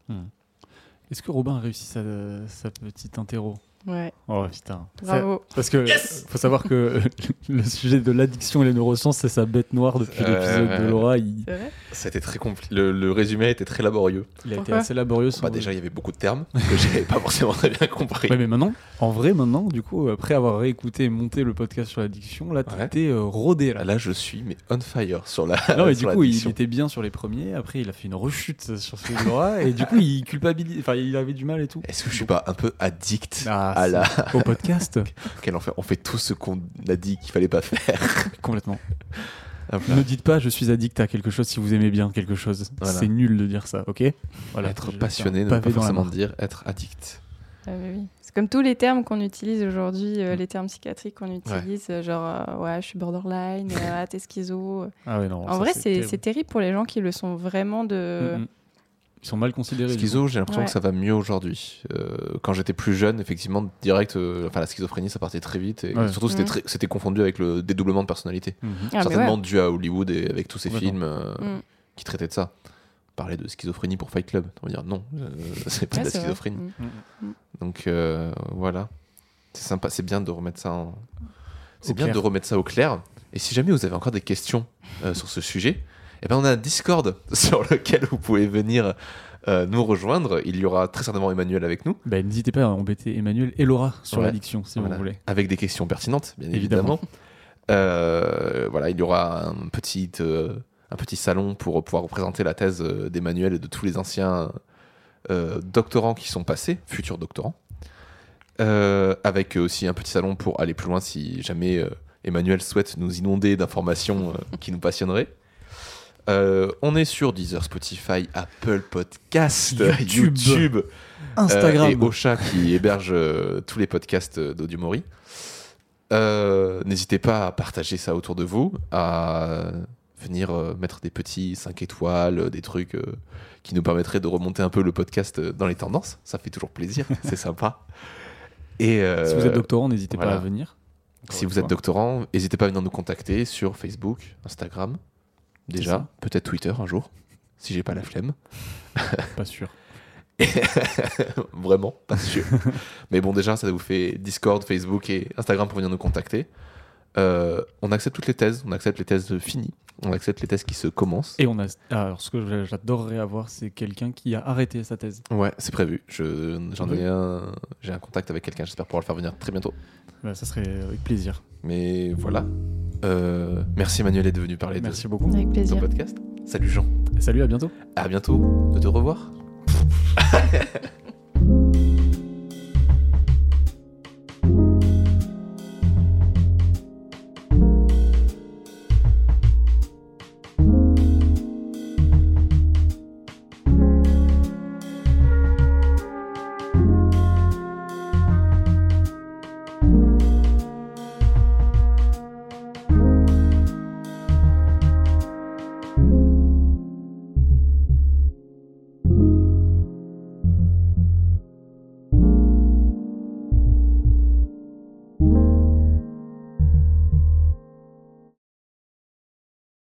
Speaker 2: Est-ce que Robin a réussi sa, sa petite interro
Speaker 3: Ouais,
Speaker 2: Oh putain.
Speaker 3: bravo.
Speaker 2: Parce que faut savoir que le sujet de l'addiction et les neurosciences, c'est sa bête noire depuis
Speaker 1: Euh,
Speaker 2: l'épisode de Laura. Il,
Speaker 3: C'est vrai
Speaker 1: C'était très compliqué. Le, le résumé était très laborieux.
Speaker 2: il a été
Speaker 3: Pourquoi
Speaker 2: assez laborieux. sans-
Speaker 1: Bah, déjà, il y avait beaucoup de termes que j'avais pas forcément très bien compris.
Speaker 2: Ouais, mais maintenant, en vrai, maintenant, du coup, après avoir réécouté et monté le podcast sur l'addiction, là,
Speaker 1: Ouais.
Speaker 2: t'étais euh, rodé. Là.
Speaker 1: Là, je suis mais on fire sur la.
Speaker 2: Non, mais
Speaker 1: sur
Speaker 2: du coup, il
Speaker 1: l'addiction.
Speaker 2: était bien sur les premiers. Après, il a fait une rechute sur ce droit. et du coup, il culpabilise. Enfin, il avait du mal et tout.
Speaker 1: Est-ce que je suis pas un peu addict
Speaker 2: Ah,
Speaker 1: à la.
Speaker 2: c'est- Au podcast
Speaker 1: Quel enfer. On fait tout ce qu'on a dit qu'il fallait pas faire.
Speaker 2: Complètement.
Speaker 1: Hop là.
Speaker 2: Ne dites pas, je suis addict à quelque chose si vous aimez bien quelque chose.
Speaker 1: Voilà.
Speaker 2: C'est nul de dire ça, ok voilà,
Speaker 1: être
Speaker 2: je-
Speaker 1: passionné,
Speaker 2: c'est
Speaker 1: ne
Speaker 2: un
Speaker 1: pas
Speaker 2: pavé dans la
Speaker 1: forcément
Speaker 2: mare.
Speaker 1: dire être addict.
Speaker 3: Ah, mais oui. C'est comme tous les termes qu'on utilise aujourd'hui, euh, les termes psychiatriques qu'on utilise, euh, genre, euh, ouais, je suis borderline, euh, ah, t'es schizo.
Speaker 2: Ah ouais, non,
Speaker 3: en
Speaker 2: ça,
Speaker 3: vrai, c'est euh,
Speaker 2: terrible.
Speaker 3: c'est terrible pour les gens qui le sont vraiment de...
Speaker 2: Mm, mm. Ils sont mal considérés. du
Speaker 1: Schizo, j'ai l'impression
Speaker 3: Ouais.
Speaker 1: que ça va mieux aujourd'hui. Euh, quand j'étais plus jeune, effectivement, direct, euh, enfin la schizophrénie, ça partait très vite. Et
Speaker 2: Ouais.
Speaker 1: surtout, c'était
Speaker 3: Mhm.
Speaker 1: très- c'était confondu avec le dédoublement de personnalité.
Speaker 2: coup. Mhm.
Speaker 3: Ah, mais
Speaker 1: Certainement
Speaker 3: ouais.
Speaker 1: dû à Hollywood et avec tous ces
Speaker 2: Complètement.
Speaker 1: films euh,
Speaker 3: Mhm.
Speaker 1: qui traitaient de ça. Parler de schizophrénie pour Fight Club, on va dire non, euh, c'est pas
Speaker 3: Ouais,
Speaker 1: de la
Speaker 3: c'est vrai.
Speaker 1: schizophrénie.
Speaker 3: Mm.
Speaker 1: Donc euh, voilà. C'est sympa, c'est bien de remettre ça en... C'est
Speaker 2: Au
Speaker 1: bien
Speaker 2: clair.
Speaker 1: de remettre ça au clair. Et si jamais vous avez encore des questions euh, sur ce sujet, eh ben on a un Discord sur lequel vous pouvez venir euh, nous rejoindre. Il y aura très certainement Emmanuel avec nous,
Speaker 2: Bah, N'hésitez pas à embêter Emmanuel et Laura sur
Speaker 1: Ouais.
Speaker 2: l'addiction, si
Speaker 1: Voilà.
Speaker 2: vous voulez.
Speaker 1: avec des questions pertinentes, bien évidemment.
Speaker 2: Évidemment.
Speaker 1: Euh, voilà, il y aura un petit, euh, un petit salon pour pouvoir présenter la thèse euh, d'Emmanuel et de tous les anciens euh, doctorants qui sont passés, futurs doctorants. Euh, avec aussi un petit salon pour aller plus loin si jamais euh, Emmanuel souhaite nous inonder d'informations euh, qui nous passionneraient. Euh, on est sur Deezer, Spotify, Apple Podcast,
Speaker 2: YouTube.
Speaker 1: YouTube,
Speaker 2: Instagram.
Speaker 1: euh, et Ocha qui héberge euh, tous les podcasts euh, d'Audiomori. Euh, N'hésitez pas à partager ça autour de vous, à venir euh, mettre des petits 5 étoiles, euh, des trucs euh, qui nous permettraient de remonter un peu le podcast euh, dans les tendances. Ça fait toujours plaisir, c'est sympa. Et euh,
Speaker 2: si vous êtes doctorant, n'hésitez
Speaker 1: voilà.
Speaker 2: pas à venir. Encore
Speaker 1: si
Speaker 2: une
Speaker 1: vous êtes
Speaker 2: fois.
Speaker 1: doctorant, n'hésitez pas à venir nous contacter sur Facebook, Instagram,
Speaker 2: ça.
Speaker 1: déjà, peut-être Twitter un jour, si j'ai pas la flemme.
Speaker 2: pas sûr.
Speaker 1: Vraiment, pas sûr. Mais bon, déjà, ça vous fait Discord, Facebook et Instagram pour venir nous contacter. Euh, on accepte toutes les thèses, on accepte les thèses finies, on accepte les thèses qui se commencent.
Speaker 2: Et on a. ah, Alors, ce que j'a- j'adorerais avoir, c'est quelqu'un qui a arrêté sa thèse.
Speaker 1: Ouais, c'est prévu. Je- J'en
Speaker 2: Oui.
Speaker 1: ai un, j'ai un contact avec quelqu'un, j'espère pouvoir le faire venir très bientôt.
Speaker 2: Bah, ça serait avec plaisir.
Speaker 1: Mais voilà. Euh, merci Emmanuel d'être venu parler
Speaker 2: Merci beaucoup.
Speaker 3: Mm. Avec
Speaker 1: de ton
Speaker 3: plaisir.
Speaker 1: podcast. Salut Jean.
Speaker 2: Salut, à bientôt.
Speaker 1: À bientôt. De te revoir.